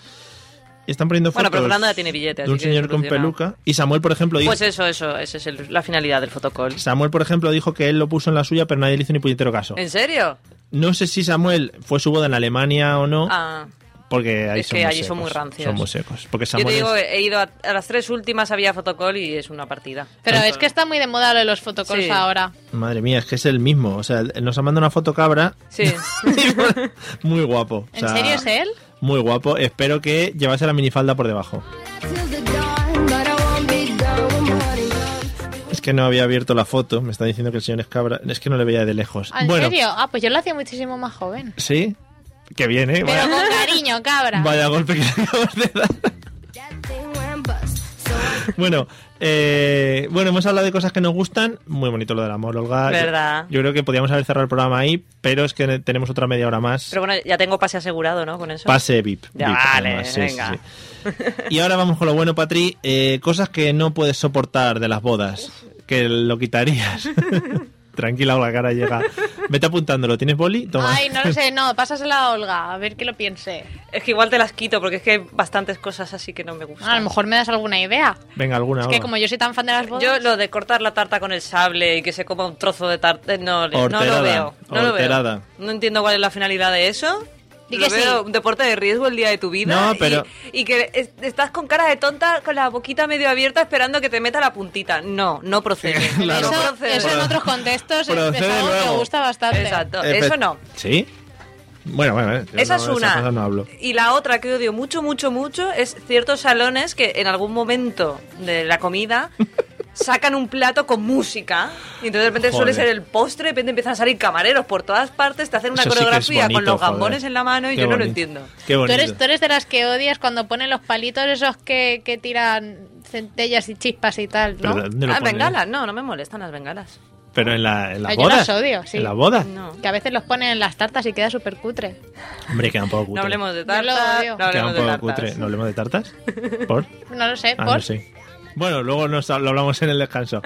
S1: Y están poniendo
S3: Bueno,
S1: fotos
S3: pero Fernando ya tiene billete.
S1: de un
S3: así que
S1: señor con
S3: solucionado.
S1: peluca. Y Samuel, por ejemplo, dice,
S3: Pues eso, eso, esa es el- la finalidad del fotocall.
S1: Samuel, por ejemplo, dijo que él lo puso en la suya, pero nadie le hizo ni puñetero caso.
S3: ¿En serio?
S1: No sé si Samuel fue su boda en Alemania o no,
S3: Ah,
S1: porque ahí
S3: es
S1: son
S3: que
S1: muy
S3: allí son
S1: secos,
S3: muy rancios.
S1: Son muy secos. Porque
S3: yo te
S1: Samuel
S3: digo,
S1: es-
S3: he ido a, a las tres últimas, había fotocall y es una partida.
S2: Pero es que está muy de moda lo de los fotocalls
S3: Sí.
S2: ahora.
S1: Madre mía, es que es el mismo. O sea, nos ha mandado una foto cabra.
S3: Sí.
S1: muy guapo. O
S2: ¿En
S1: sea,
S2: serio es eh? él?
S1: Muy guapo. Espero que llevase la minifalda por debajo. Es que no había abierto la foto. Me está diciendo que el señor es cabra. Es que no le veía de lejos.
S2: ¿En
S1: bueno,
S2: serio? Ah, pues yo lo hacía muchísimo más joven.
S1: sí. Que viene.
S2: Pero
S1: Vaya,
S2: con cariño, cabra.
S1: vaya golpe que le acabas de dar. Bueno, eh, bueno, hemos hablado de cosas que nos gustan. Muy bonito lo del amor, Olga. Yo-
S3: Verdad.
S1: Yo, creo que podíamos haber cerrado el programa ahí, pero es que tenemos otra media hora más.
S3: Pero bueno, ya tengo pase asegurado, ¿no? Con eso.
S1: Pase VIP.
S3: Ya,
S1: VIP,
S3: vale,
S1: además, sí, sí,
S3: venga.
S1: sí. Y ahora vamos con lo bueno, Patri. Eh, cosas que no puedes soportar de las bodas, que lo quitarías. Tranquila, Olga, que ahora llega. Vete apuntándolo. ¿Tienes boli? Toma.
S2: Ay, no lo sé, no, pásasela a Olga, a ver que lo piense.
S3: Es que igual te las quito porque es que hay bastantes cosas así que no me
S1: Ah,
S3: gustan.
S2: Ah, A lo mejor me das alguna idea.
S1: Venga, alguna.
S2: Es que
S1: Olga.
S2: como yo soy tan fan de las bodas,
S3: Yo lo de cortar la tarta con el sable y que se coma un trozo de tarta, eh, no, no
S1: Horterada,
S3: lo veo. No lo
S1: horterada.
S3: veo. No entiendo cuál es la finalidad de eso.
S2: Di
S3: Lo
S2: que sí.
S3: veo un deporte de riesgo el día de tu vida.
S1: No,
S3: y-
S1: pero-
S3: Y, que es- estás con cara de tonta, con la boquita medio abierta, esperando que te meta la puntita. No, no procede.
S1: Claro,
S3: no
S2: eso,
S3: procede.
S2: eso en otros contextos es, es
S1: Procede
S2: algo que
S1: luego.
S2: me gusta bastante.
S3: Exacto,
S1: Eh,
S3: eso
S1: pe-
S3: no.
S1: ¿Sí? Bueno, bueno, eh, yo
S3: Esa
S1: no-
S3: es
S1: de esas
S3: una.
S1: cosas no hablo.
S3: Y la otra que odio mucho, mucho, mucho es ciertos salones que en algún momento de la comida sacan un plato con música y entonces de repente suele
S1: Joder.
S3: ser el postre, de repente empiezan a salir camareros por todas partes, te hacen una
S1: Eso sí que es
S3: coreografía con
S1: bonito,
S3: los gambones
S1: joder.
S3: en la mano y
S1: Qué
S3: yo no lo
S1: bonito.
S3: entiendo.
S1: Qué
S2: Tú
S1: bonito.
S2: eres, tú eres de las que odias cuando ponen los palitos esos que, que tiran centellas y chispas y tal,
S1: Pero
S2: ¿no?
S1: ¿dónde lo
S3: ah,
S1: pones?
S3: bengalas, no, no me molestan las bengalas.
S1: Pero en la, en la
S2: Ah, yo
S1: boda.
S2: las odio, sí.
S1: En la boda.
S3: No.
S2: Que a veces los ponen en las tartas y queda súper cutre.
S1: Hombre, queda un poco cutre.
S3: No hablemos de
S2: Yo lo
S3: tartas,
S2: odio.
S3: no
S1: Queda
S3: hablemos
S1: un
S3: de
S1: poco
S3: tartas.
S1: cutre. ¿No hablemos de tartas? ¿Por?
S2: No lo sé,
S1: Ah,
S2: ¿por?
S1: no sé. Bueno, luego nos lo hablamos en el descanso.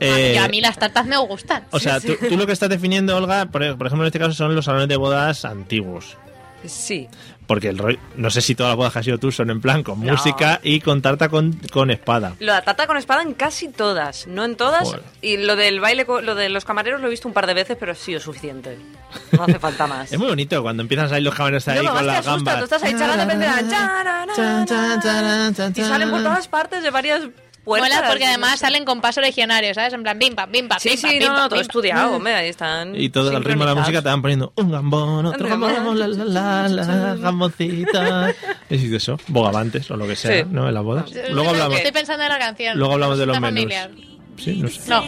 S1: Eh,
S2: Y a mí las tartas me gustan.
S1: O sea, tú, tú lo que estás definiendo, Olga, por, por ejemplo, en este caso son los salones de bodas antiguos.
S3: Sí,
S1: Porque el rollo- no sé si todas las bodas que has ido tú son en plan con música y con tarta con, con espada.
S3: lo de la tarta con espada en casi todas, no en todas.
S1: Joder.
S3: Y lo del baile, co- lo de los camareros lo he visto un par de veces, pero ha sido suficiente. No hace falta más.
S1: Es muy bonito cuando empiezan a salir los camareros ahí
S3: no,
S1: con
S3: mamá,
S1: las
S3: te asusta,
S1: gambas.
S3: Tú estás ahí charlando de repente, "Chararán", y salen por todas partes de varias puertas.
S2: Mola porque además salen con pasos legionarios, ¿sabes? En plan, bim, pam, bim, pam,
S3: Sí,
S2: bim, pam,
S3: sí,
S2: bim, pam,
S3: no, no,
S2: bim,
S3: todo
S2: pam.
S3: estudiado, hombre, ahí están.
S1: Y todo al ritmo de la música te van poniendo un gambón, otro
S3: Un
S1: gambón,
S3: gambón.
S1: la, la, la, la, gamboncita. ¿Es eso? Bogavantes o lo que sea,
S3: Sí.
S1: ¿no? En las bodas.
S2: Yo-
S1: Luego
S2: yo
S1: hablamos,
S2: Estoy pensando en la canción.
S1: luego hablamos de los
S2: Resulta
S1: menús.
S2: familiar.
S1: Sí, no sé.
S2: No,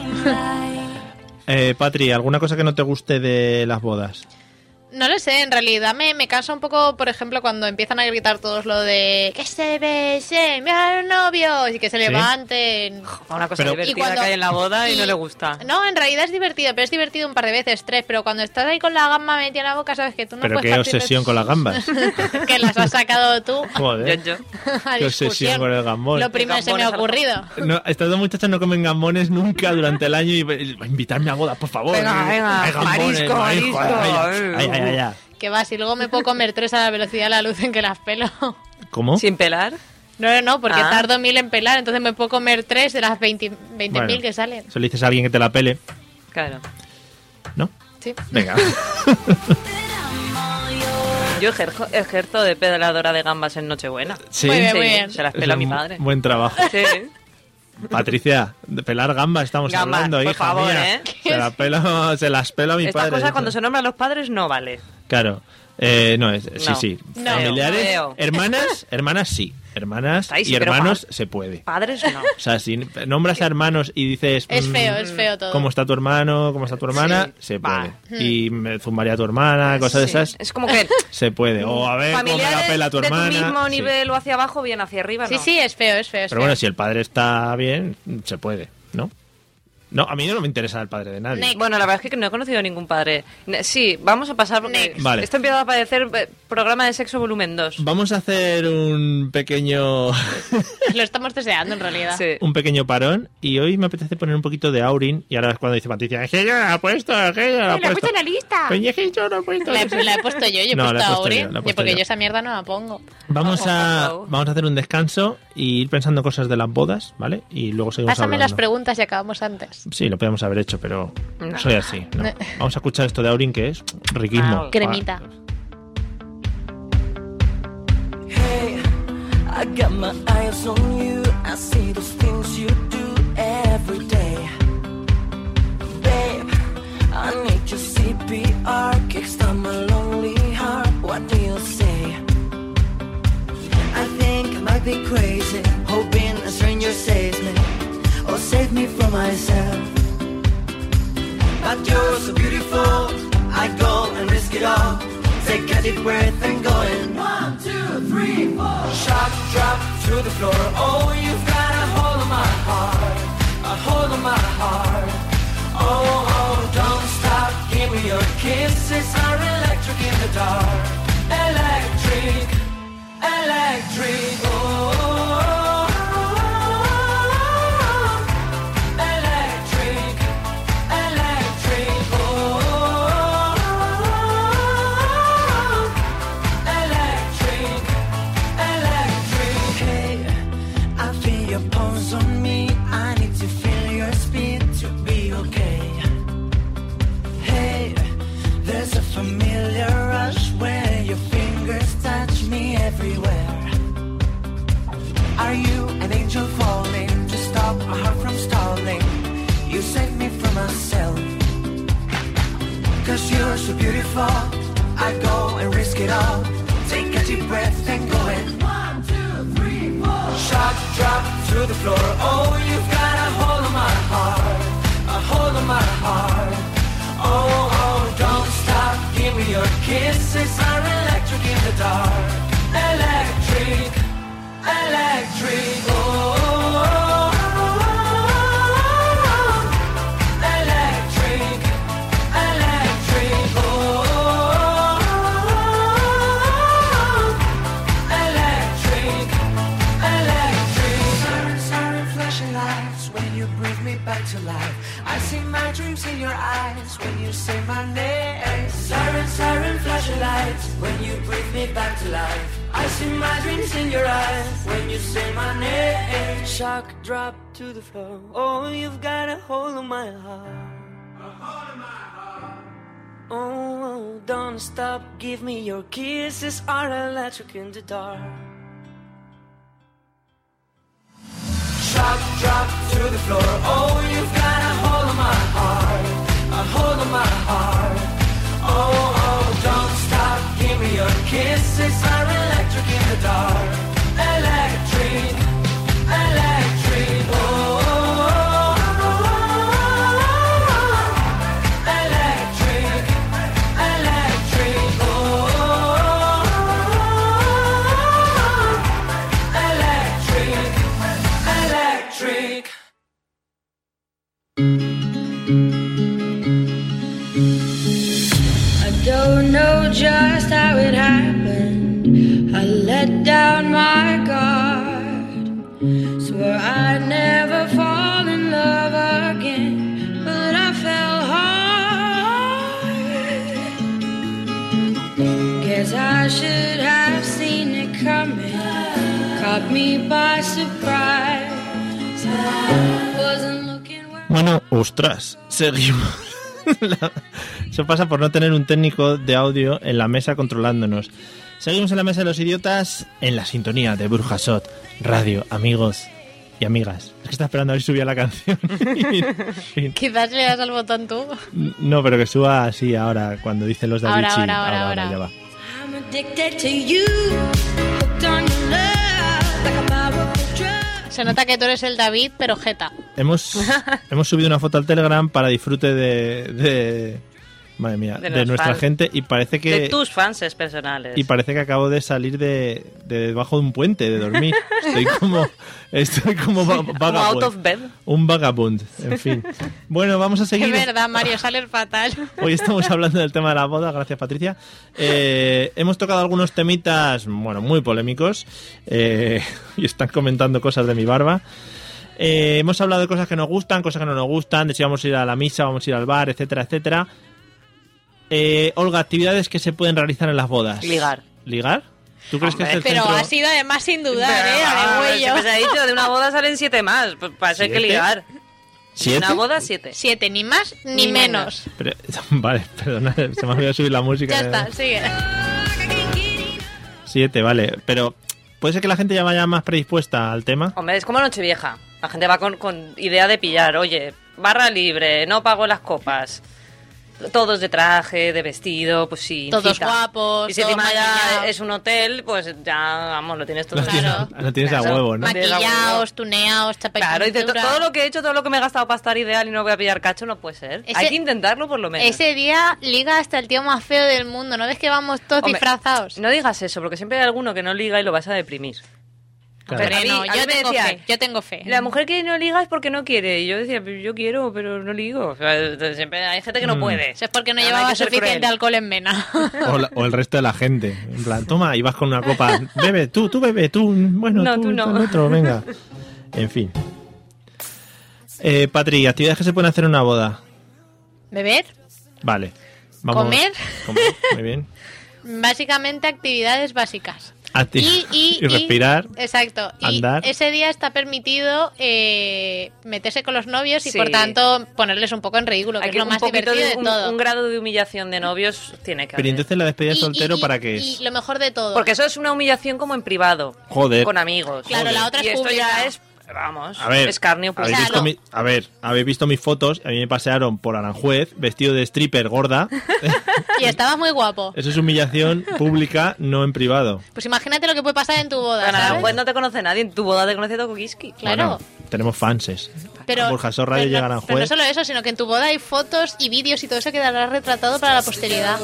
S1: Eh, Patri, ¿alguna cosa que no te guste de las bodas?
S2: no lo sé, en realidad me, me cansa un poco, por ejemplo, cuando empiezan a gritar todos lo de que se besen, mira los novios y que se levanten.
S3: Una cosa
S1: Pero-
S3: divertida
S2: Y cuando-
S3: que hay en la boda y,
S2: y-
S3: no le gusta.
S2: No, en realidad es divertido, pero es divertido un par de veces, tres, pero cuando estás ahí con la gamba metida en la boca, sabes que tú no
S3: pues,
S1: Pero
S2: puedes
S1: qué
S2: partir de-
S1: obsesión con las gambas.
S2: que las has sacado tú.
S1: Joder.
S3: Yo, yo.
S2: a
S1: Qué
S2: discusión.
S1: obsesión con el gambón.
S2: Lo primero se me
S3: Gambones
S2: ha
S3: al-
S2: ocurrido.
S1: No, estas dos muchachas no comen gambones nunca durante el año y y- invitarme a bodas, por favor.
S3: Venga,
S1: Ay,
S3: venga,
S1: ay, gambones,
S3: marisco,
S1: ay,
S3: marisco.
S1: joder, ay, ay, ay, ay.
S2: Que va, si luego me puedo comer tres a la velocidad de la luz en que las pelo.
S1: ¿Cómo?
S3: Sin pelar.
S2: No, no, no, porque
S3: Ah.
S2: tardo mil en pelar, entonces me puedo comer tres de las 20 20.000
S1: Bueno,
S2: que salen.
S1: Eso le dices a alguien que te la pele,
S3: Claro.
S1: ¿no?
S2: Sí.
S1: Venga.
S3: Yo ejerzo, ejerzo de peladora de gambas en Nochebuena.
S1: Sí.
S2: Muy bien,
S3: Sí,
S2: muy bien.
S3: Se las
S1: Eso
S3: pela
S1: es
S3: mi
S1: un
S3: madre.
S1: Buen trabajo.
S3: Sí.
S1: Patricia, de pelar gamba estamos
S3: Gamba,
S1: hablando,
S3: por
S1: hija
S3: favor,
S1: mía.
S3: ¿eh?
S1: Se la pelo, se las pelo a mi
S3: Estas
S1: padre.
S3: cosas
S1: dice.
S3: cuando se nombran los padres no vale.
S1: Claro. Eh, no, es, sí,
S3: No.
S1: sí.
S2: No.
S1: Familiares,
S3: No veo.
S1: hermanas, hermanas sí. Hermanas
S3: Ahí sí,
S1: y
S3: pero
S1: hermanos
S3: pa-
S1: se puede.
S3: Padres no.
S1: O sea, si nombras a hermanos y dices...
S2: Es
S1: mm,
S2: feo, es feo todo.
S1: ¿Cómo está tu hermano? ¿Cómo está tu hermana?
S3: Sí.
S1: Se puede.
S3: Va. Hmm.
S1: Y me zumbaría a tu hermana, cosas de
S3: Sí.
S1: esas.
S3: Es como que
S1: Se puede. O a ver cómo me la
S3: familiares
S1: pela tu
S3: de tu
S1: hermana.
S3: mismo
S1: Sí.
S3: nivel o hacia abajo, bien hacia arriba,
S2: Sí,
S3: no.
S2: sí, es feo, es feo. es
S1: Pero
S2: feo.
S1: bueno, si el padre está bien, se puede, ¿no? No, a mí no me interesa el padre de nadie.
S2: Next.
S3: Bueno, la verdad es que no he conocido ningún padre. Ne- Sí, vamos a pasar porque
S2: Next.
S1: Vale.
S3: esto empieza a parecer eh, programa de sexo volumen 2.
S1: Vamos a hacer un pequeño
S2: Lo estamos deseando en realidad.
S3: Sí.
S1: un pequeño parón y hoy me apetece poner un poquito de Aurin y ahora es cuando dice Patricia, es que yo no la he puesto, es que yo no la he puesto.
S4: la lista.
S1: Coño, es que yo no la he puesto.
S2: La, he- la he puesto yo, yo he
S1: No, la he
S2: puesto a
S1: puesto
S2: Ori,
S1: yo, la he
S2: yo,
S1: puesto
S2: porque
S1: yo.
S2: yo. esa mierda no la pongo.
S1: Vamos a
S3: Ojo, ojo.
S1: vamos a hacer un descanso y ir pensando cosas de las bodas, ¿vale? Y luego seguimos
S2: Pásame las
S1: hablando.
S2: preguntas y acabamos antes.
S1: Sí, lo podíamos haber hecho, pero
S3: No.
S1: soy así. no.
S2: No.
S1: Vamos a escuchar esto de Aurin que es riquísimo.
S3: Au.
S2: Cremita.
S5: I got my eyes on you. I see those things you do every day. Babe, I need your CPR. Kickstart my lonely heart. What do you say? I think I might be crazy. Hoping a stranger saves me or save me from myself. But you're so beautiful. I go and risk it all. Take a deep breath and go in. One, two, three, four. Shot, drop to the floor. Oh, you've got a hold on hold of my heart. Oh, oh, don't stop. Give me your kisses are electric in the dark. Electric, electric. Oh, oh, oh, oh, oh. electric, electric. Oh, oh, oh, oh, oh. Electric, electric. Hey, I feel your pulse on me. I need to feel your speed to be okay. Hey, there's a familiar rush where your fingers touch me everywhere. Are you an angel falling to stop a heart from stalling? You saved me from myself. Cause you're so beautiful. I go and risk it all. Take a deep breath and go in. One, two, three, four. Shot drop through the floor. Oh, you've got a hold of my heart. A hold of my heart. Oh, oh, don't stop. Give me your kisses. Are electric in the dark. Electric, electric. Oh, oh, oh, oh, oh, oh. Electric, electric, oh, electric, electric. Siren, siren, flashing lights. When you bring me back to life, I see my dreams in your eyes. When you say my name, siren, siren, flashing lights. When you bring me back to life, I see my dreams in your eyes. When you say my name, shock drop to the floor. Oh, you've got a hold on my heart. Oh, don't stop, give me your kisses are electric in the dark. Shock drop to the floor. Oh, you've got a hold on my heart, a hold on my heart. Oh, oh, don't stop, give me your kisses are electric in the dark. Electric, electric. Oh, oh, oh, oh, oh. Electric, electric, oh, electric, electric.
S6: I don't know just how it happened. I let down my guard. Swore I'd never fall in love again. But I fell hard. Guess I should have seen it coming. Caught me by surprise. Wasn't looking where.
S1: Bueno, ostras, seguimos. La- Eso pasa por no tener un técnico de audio en la mesa controlándonos. Seguimos en la mesa de los idiotas en la sintonía de Burjasot Radio, amigos y amigas. Es que está esperando a ver si subía la canción.
S2: Quizás le das al botón tú.
S1: no, pero que suba así ahora cuando dicen los de
S2: Ahora,
S1: Avicii. Ah,
S2: ahora, ahora, ahora.
S1: ya va.
S6: I'm addicted to you. Hooked on your love like a powerful drug.
S2: Se nota que tú eres el David, pero jeta.
S1: Hemos, hemos subido una foto al Telegram para disfrute de. de- madre mía,
S3: De
S1: de,
S3: los
S1: nuestra
S3: fans.
S1: gente y parece que.
S3: De tus fans personales.
S1: Y parece que acabo de salir de, de debajo de un puente, de dormir. Estoy como, estoy como va-
S3: Como out of
S1: vagabundo.
S3: bed.
S1: Un vagabund, en fin. Bueno, vamos a
S2: Es
S1: seguir.
S2: verdad, Mario, sales fatal.
S1: Hoy estamos hablando del tema de la boda, gracias Patricia. Eh, hemos tocado algunos temitas, bueno, muy polémicos. eh, y están comentando cosas de mi barba. Eh, hemos hablado de cosas que nos gustan, cosas que no nos gustan, de si vamos a ir a la misa, vamos a ir al bar, etcétera, etcétera. Eh, Olga, actividades que se pueden realizar en las bodas.
S3: Ligar.
S1: ¿Ligar? ¿Tú crees que
S3: Hombre,
S1: es el
S2: Pero
S1: centro-
S2: ha sido además sin dudar, ¿eh?
S3: Ah,
S2: A de
S3: siempre se ha
S2: huello.
S3: dicho, de una boda salen siete más. Pues para eso hay que
S1: ¿Siete?
S3: ligar.
S1: ¿Siete?
S3: Una boda, siete.
S2: Siete, ni más ni,
S3: Ni
S2: menos.
S1: Pero- vale, perdona, se me ha olvidado subir la música.
S2: Ya está, sigue.
S6: I can't get enough.
S1: Siete, vale. Pero puede ser que la gente ya vaya más predispuesta al tema.
S3: Hombre, es como Nochevieja. La gente va con, con idea de pillar. Oye, barra libre, no pago las copas. Todos de traje, de vestido, pues sí.
S2: Todos
S3: incita.
S2: guapos,
S3: Y si
S2: todos
S3: encima ya
S2: maquillados.
S3: es un hotel, pues ya, vamos, lo tienes todo.
S1: Lo
S3: hecho.
S1: tienes,
S2: Claro.
S1: lo tienes a
S3: Claro.
S1: huevo, ¿no?
S3: Ma-
S2: Maquillados, tuneados, chapa y
S3: Claro, y de to-
S2: pintura.
S3: todo lo que he hecho, todo lo que me he gastado para estar ideal y no voy a pillar cacho, no puede ser.
S2: Ese-
S3: Hay que intentarlo por lo menos.
S2: Ese día liga hasta el tío más feo del mundo. ¿No ves que vamos todos
S3: Hombre,
S2: disfrazados?
S3: No digas eso, porque siempre hay alguno que no liga y lo vas a deprimir.
S1: Claro.
S3: Pero a mí-
S2: no,
S3: a mí
S2: yo
S3: me
S2: tengo
S3: decían,
S2: fe, yo tengo fe.
S3: La mujer que no liga es porque no quiere. Y yo decía, "Pero yo quiero, pero no ligo. O sea, siempre hay gente que no
S1: Mm.
S3: puede.
S2: Eso es porque no
S3: Nada, hay
S2: llevaba
S3: que ser
S2: suficiente
S3: cruel.
S2: alcohol en vena.
S1: O, la- o el resto de la gente. En plan, toma, y vas con una copa. Bebe, tú, tú bebe, tú. Bueno,
S3: No,
S1: tú,
S3: tú no.
S1: el otro, venga. En fin. Eh, Patri, actividades que se pueden hacer en una boda.
S2: Beber,
S1: Vale.
S2: Comer.
S1: Comer, Muy bien.
S2: básicamente actividades básicas.
S1: Acti-
S2: Y, y-
S1: y respirar.
S2: Exacto. Y
S1: andar.
S2: ese día está permitido eh, meterse con los novios y
S3: Sí.
S2: por tanto ponerles un poco en ridículo, que
S3: Hay
S2: es lo
S3: un
S2: más
S3: poquito
S2: divertido de,
S3: de- un,
S2: todo.
S3: un grado de humillación de novios tiene que
S1: Pero
S3: haber.
S1: entonces la despedida de
S2: Y-
S1: soltero,
S2: y-
S1: ¿para qué es?
S2: Y lo mejor de todo.
S3: Porque eso es una humillación como en privado.
S1: Joder.
S3: Con amigos.
S2: Claro, la otra es
S3: Y esto
S2: pública.
S3: ya es, vamos,
S1: A ver,
S3: escarnio
S2: pues,
S1: ¿habéis
S3: público.
S1: visto mi- a ver, habéis visto mis fotos. A mí me pasearon por Aranjuez vestido de stripper gorda.
S2: Y estabas muy guapo.
S1: Eso es humillación pública, no en privado.
S2: Pues imagínate lo que puede pasar en tu boda.
S3: Bueno,
S2: ¿sabes?
S3: pues no te conoce nadie. En tu boda te conoce todo Kokiski.
S2: Claro.
S1: Bueno, tenemos fanses.
S2: pero,
S1: Borja Sor Radio
S2: pero
S1: llega a
S2: no-
S1: Aranjuez.
S2: pero no solo eso, sino que en tu boda hay fotos y vídeos y todo eso quedará retratado para la posteridad.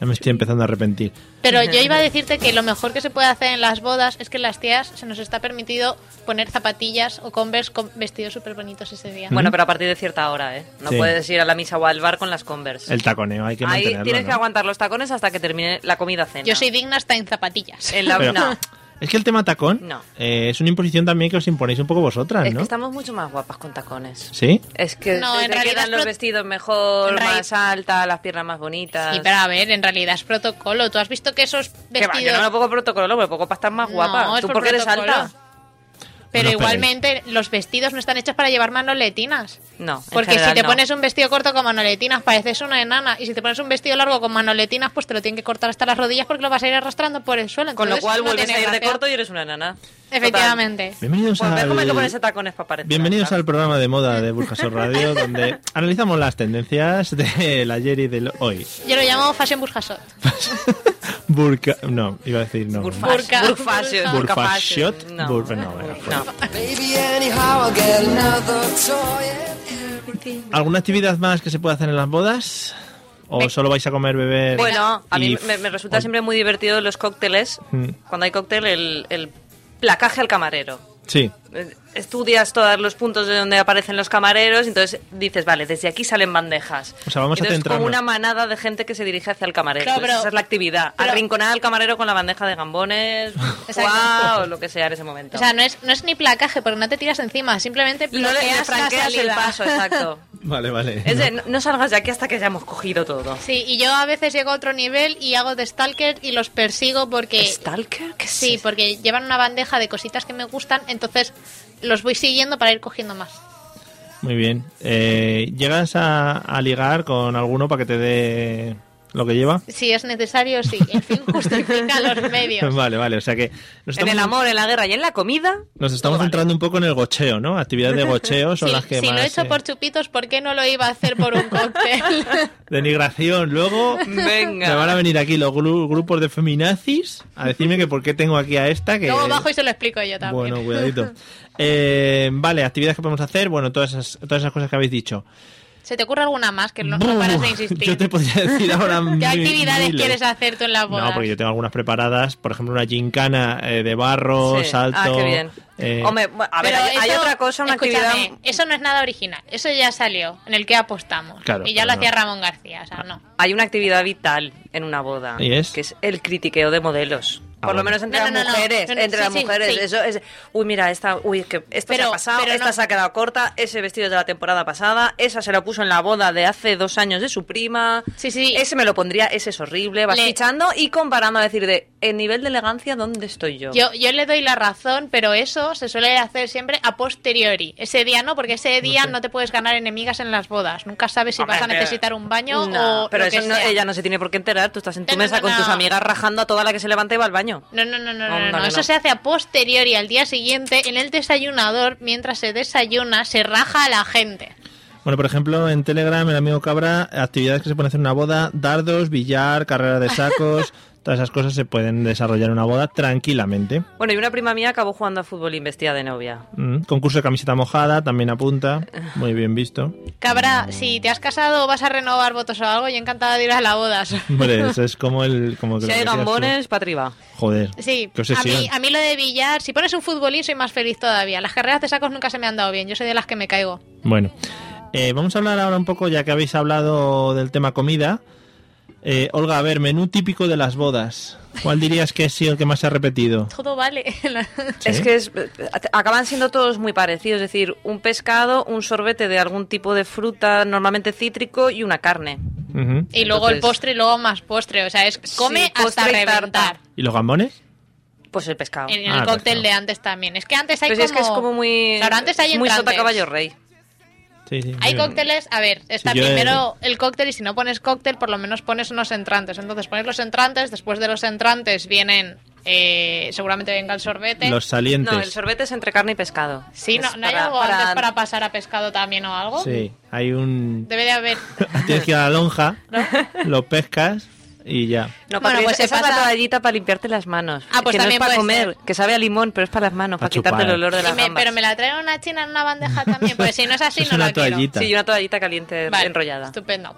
S1: Ya me estoy empezando a arrepentir.
S2: Pero yo iba a decirte que lo mejor que se puede hacer en las bodas es que en las tías se nos está permitido poner zapatillas o converse con vestidos súper bonitos ese día.
S3: Bueno, pero a partir de cierta hora, ¿eh? No
S1: Sí.
S3: puedes ir a la misa o al bar con las Converse.
S1: El taconeo, hay que
S3: Ahí
S1: mantenerlo.
S3: tienes que
S1: ¿no?
S3: aguantar los tacones hasta que termine la comida cena.
S2: Yo soy digna hasta en zapatillas.
S3: En la-
S1: Pero-
S3: no,
S1: Es que el tema tacón
S3: No.
S1: eh, es una imposición también que os imponéis un poco vosotras,
S3: es
S1: ¿no?
S3: que estamos mucho más guapas con tacones.
S1: ¿Sí?
S3: Es que
S2: No,
S3: te-
S2: en
S3: te
S2: realidad
S3: quedan
S2: es
S3: los
S2: pro-
S3: vestidos mejor,
S2: en realidad-
S3: más alta, las piernas más bonitas.
S2: Sí, pero a ver, en realidad es protocolo. Tú has visto que esos
S3: Que
S2: vestidos...
S3: va, yo no me pongo protocolo, me pongo para estar más
S2: No,
S3: guapa.
S2: es
S3: Tú
S2: por
S3: porque eres
S2: protocolo.
S3: alta.
S2: Pero
S1: No os
S2: igualmente los vestidos no están hechos para llevar manoletinas.
S3: No, en
S2: Porque si
S3: general
S2: te
S3: no.
S2: pones un vestido corto con manoletinas pareces una enana. Y si te pones un vestido largo con manoletinas, pues te lo tienen que cortar hasta las rodillas porque lo vas a ir arrastrando por el suelo.
S3: Con lo
S2: Entonces,
S3: cual
S2: no
S3: vuelves
S2: tiene
S3: a ir de
S2: gracia.
S3: corto y eres una nana.
S2: Efectivamente.
S1: Bienvenidos
S3: Pues ves cómo hay que
S1: al...
S3: ponerse tacones para parecer.
S1: Bienvenidos
S3: alta.
S1: al programa de moda de Burjasor Radio, donde analizamos las tendencias del ayer y del hoy.
S2: Yo lo llamo Fashion Burjasot.
S1: Burka... No, iba a decir no.
S3: Burfash.
S2: Burka-
S3: Burfashion.
S1: Burfashot.
S3: Burfashion. No.
S1: Burf- no, bueno, fuera.
S3: No.
S5: Maybe anyhow I'll get another toy and everything.
S1: ¿Alguna actividad más que se puede hacer en las bodas? ¿O solo vais a comer, beber?
S3: Bueno, a
S1: y-
S3: mí me, me resulta
S1: o-
S3: siempre muy divertido los cócteles.
S1: Mm.
S3: Cuando hay cóctel, el, el placaje al camarero.
S1: Sí.
S3: Eh, Estudias todos los puntos de donde aparecen los camareros, entonces dices, vale, desde aquí salen bandejas.
S1: O sea, vamos a
S3: Entonces,
S1: centrarnos.
S3: como una manada de gente que se dirige hacia el camarero.
S2: Claro,
S3: Entonces,
S2: pero-
S3: esa es la actividad.
S2: pero-
S3: Arrinconar al camarero con la bandeja de gambones,
S2: Exacto.
S3: guau, o lo que sea en ese momento.
S2: O sea, no es, no es ni placaje porque no te tiras encima, simplemente
S3: no le, le
S2: bloqueas la
S3: franqueas el
S2: salida.
S3: paso, exacto.
S1: Vale, vale.
S3: Es de, no, no salgas de aquí hasta que ya hemos cogido todo.
S2: Sí, y yo a veces llego a otro nivel y hago de stalker y los persigo porque...
S3: ¿Stalker? ¿Qué es
S2: Sí,
S3: eso?
S2: porque llevan una bandeja de cositas que me gustan, entonces los voy siguiendo para ir cogiendo más.
S1: Muy bien. Eh, ¿Llegas a, a ligar con alguno para que te dé lo que lleva?
S2: Si es necesario, sí. El fin justifica los medios.
S1: Vale, vale. O sea que nos
S3: En
S1: Pues estamos,
S3: el amor, en la guerra y en la comida.
S1: nos estamos centrando un poco en el gocheo, ¿no? Actividades de gocheo son
S2: Sí,
S1: las que
S2: si
S1: más...
S2: lo he hecho
S1: eh,
S2: por chupitos, ¿por qué no lo iba a hacer por un cóctel?
S1: Denigración. Luego
S3: Venga.
S1: me van a venir aquí los gru- grupos de feminazis a decirme que por qué tengo aquí a esta que...
S2: Luego bajo y se lo explico yo también.
S1: Bueno, cuidadito. Eh, vale, actividades que podemos hacer. Bueno, todas esas, todas esas cosas que habéis dicho.
S2: ¿Se te ocurre alguna más que no, no paras de insistir?
S1: Yo te podría decir ahora
S2: ¿Qué
S1: mil-
S2: actividades
S1: miles.
S2: quieres hacer tú en la boda?
S1: No, porque yo tengo algunas preparadas, por ejemplo, una gincana eh, de barro,
S3: Sí.
S1: salto.
S3: Ah, qué bien.
S1: eh,
S3: Hombre, bueno, a ver, hay, hay otra cosa, una actividad.
S2: Eso no es nada original. Eso ya salió, en el que apostamos.
S1: Claro,
S2: y ya
S1: pero
S2: lo
S1: no.
S2: hacía Ramón García, o sea, no.
S3: Hay una actividad vital en una boda.
S1: ¿Y es?
S3: Que es el critiqueo de modelos.
S1: Ah,
S3: Por
S1: bueno.
S3: lo menos entre
S2: No,
S3: las
S2: no, no, no.
S3: mujeres.
S2: No, no,
S3: Entre
S2: sí,
S3: las
S2: sí,
S3: mujeres.
S2: sí.
S3: Eso es. Uy, mira, esta. Uy, que esto se
S2: Pero-
S3: ha pasado.
S2: pero
S3: esta
S2: no-
S3: se ha quedado corta. Ese vestido es de la temporada pasada. Esa se la puso en la boda de hace dos años de su prima.
S2: Sí, sí.
S3: Ese me lo pondría. Ese es horrible. Vas
S2: Le-
S3: fichando y comparando a decir de. El nivel de elegancia, ¿dónde estoy yo?
S2: Yo, yo le doy la razón, pero eso se suele hacer siempre a posteriori. Ese día no, porque ese día no, te puedes ganar enemigas en las bodas. Nunca sabes si
S3: Hombre,
S2: vas a
S3: pero-
S2: necesitar un baño
S3: No,
S2: o
S3: pero
S2: lo que
S3: eso no-
S2: sea.
S3: ella no se tiene por qué enterar. Tú estás en tu
S2: No, no,
S3: mesa
S2: no,
S3: con tus
S2: no.
S3: amigas rajando a toda la que se levante y va al baño.
S2: No, no, no, no, no, no,
S3: Ándale,
S2: Eso
S3: no.
S2: se hace a posteriori, al día siguiente, en el desayunador, mientras se desayuna, se raja a la gente.
S1: Bueno, por ejemplo, en Telegram, el amigo Cabra, actividades que se pueden hacer en una boda, dardos, billar, carrera de sacos, Todas esas cosas se pueden desarrollar en una boda tranquilamente.
S3: Bueno, y una prima mía acabó jugando a fútbol investida de novia.
S1: Mm, Concurso de camiseta mojada también apunta. Muy bien visto.
S2: Cabra, si te has casado o vas a renovar votos o algo, yo encantada de ir a la boda.
S1: Hombre, eso es como el. Como que
S3: Si
S1: lo
S3: hay
S1: que decías tú.
S3: gambones, para arriba.
S1: Joder.
S2: Sí,
S1: Qué
S2: a
S1: obsesión.
S2: mí, a mí lo de billar, si pones un futbolín soy más feliz todavía. Las carreras de sacos nunca se me han dado bien, yo soy de las que me caigo.
S1: Bueno, eh, vamos a hablar ahora un poco, ya que habéis hablado del tema comida. Eh, Olga, a ver, menú típico de las bodas. ¿Cuál dirías que es el que más se ha repetido?
S2: Todo vale.
S1: ¿Sí?
S3: Es que es- acaban siendo todos muy parecidos, es decir, un pescado, un sorbete de algún tipo de fruta, normalmente cítrico, y una carne.
S1: Ujú.
S2: y luego el
S3: Entonces-
S2: postre y luego más postre, o sea, es come
S3: Sí,
S2: hasta
S3: postre y tarta.
S2: reventar.
S1: ¿Y los gambones?
S3: Pues el pescado.
S2: En
S1: Ah,
S2: el cóctel
S1: perfecto.
S2: de antes también. Es que antes hay
S3: Pero si
S2: como...
S3: Pues es que es como muy.
S2: Claro, antes hay
S3: muy sota
S2: entrantes.
S3: caballo rey.
S1: Sí, sí.
S2: Hay
S1: muy bien.
S2: cócteles, a ver, está
S1: Sí, yo he-
S2: primero el cóctel y si no pones cóctel, por lo menos pones unos entrantes. Entonces pones los entrantes, después de los entrantes vienen, eh, seguramente venga el sorbete.
S1: Los salientes.
S3: ¿eh? No, el sorbete es entre carne y pescado.
S2: Sí, no,
S3: Es
S2: ¿no hay
S3: para-
S2: algo
S3: para-
S2: antes para pasar a pescado también o algo?
S1: Sí, hay un.
S2: Debe de haber.
S1: Tienes que ir a la lonja, lo pescas y ya.
S3: No,
S2: Bueno,
S3: Patricia,
S2: pues se
S3: esa es la
S2: pasa-
S3: toallita para limpiarte las manos.
S2: Ah, pues
S3: que no es
S2: también
S3: para
S2: puede
S3: comer,
S2: ser.
S3: que sabe a limón, pero es para las manos,
S1: Pa'
S3: para quitarte
S1: chupar.
S3: el olor de
S2: Y
S3: las
S2: me-
S3: gambas.
S2: pero me la traen una china en una bandeja también, porque si no es así,
S1: Eso es
S2: no
S1: una
S2: la quiero.
S1: toallita.
S3: Sí, y una toallita caliente
S2: Vale,
S3: enrollada.
S2: Estupendo.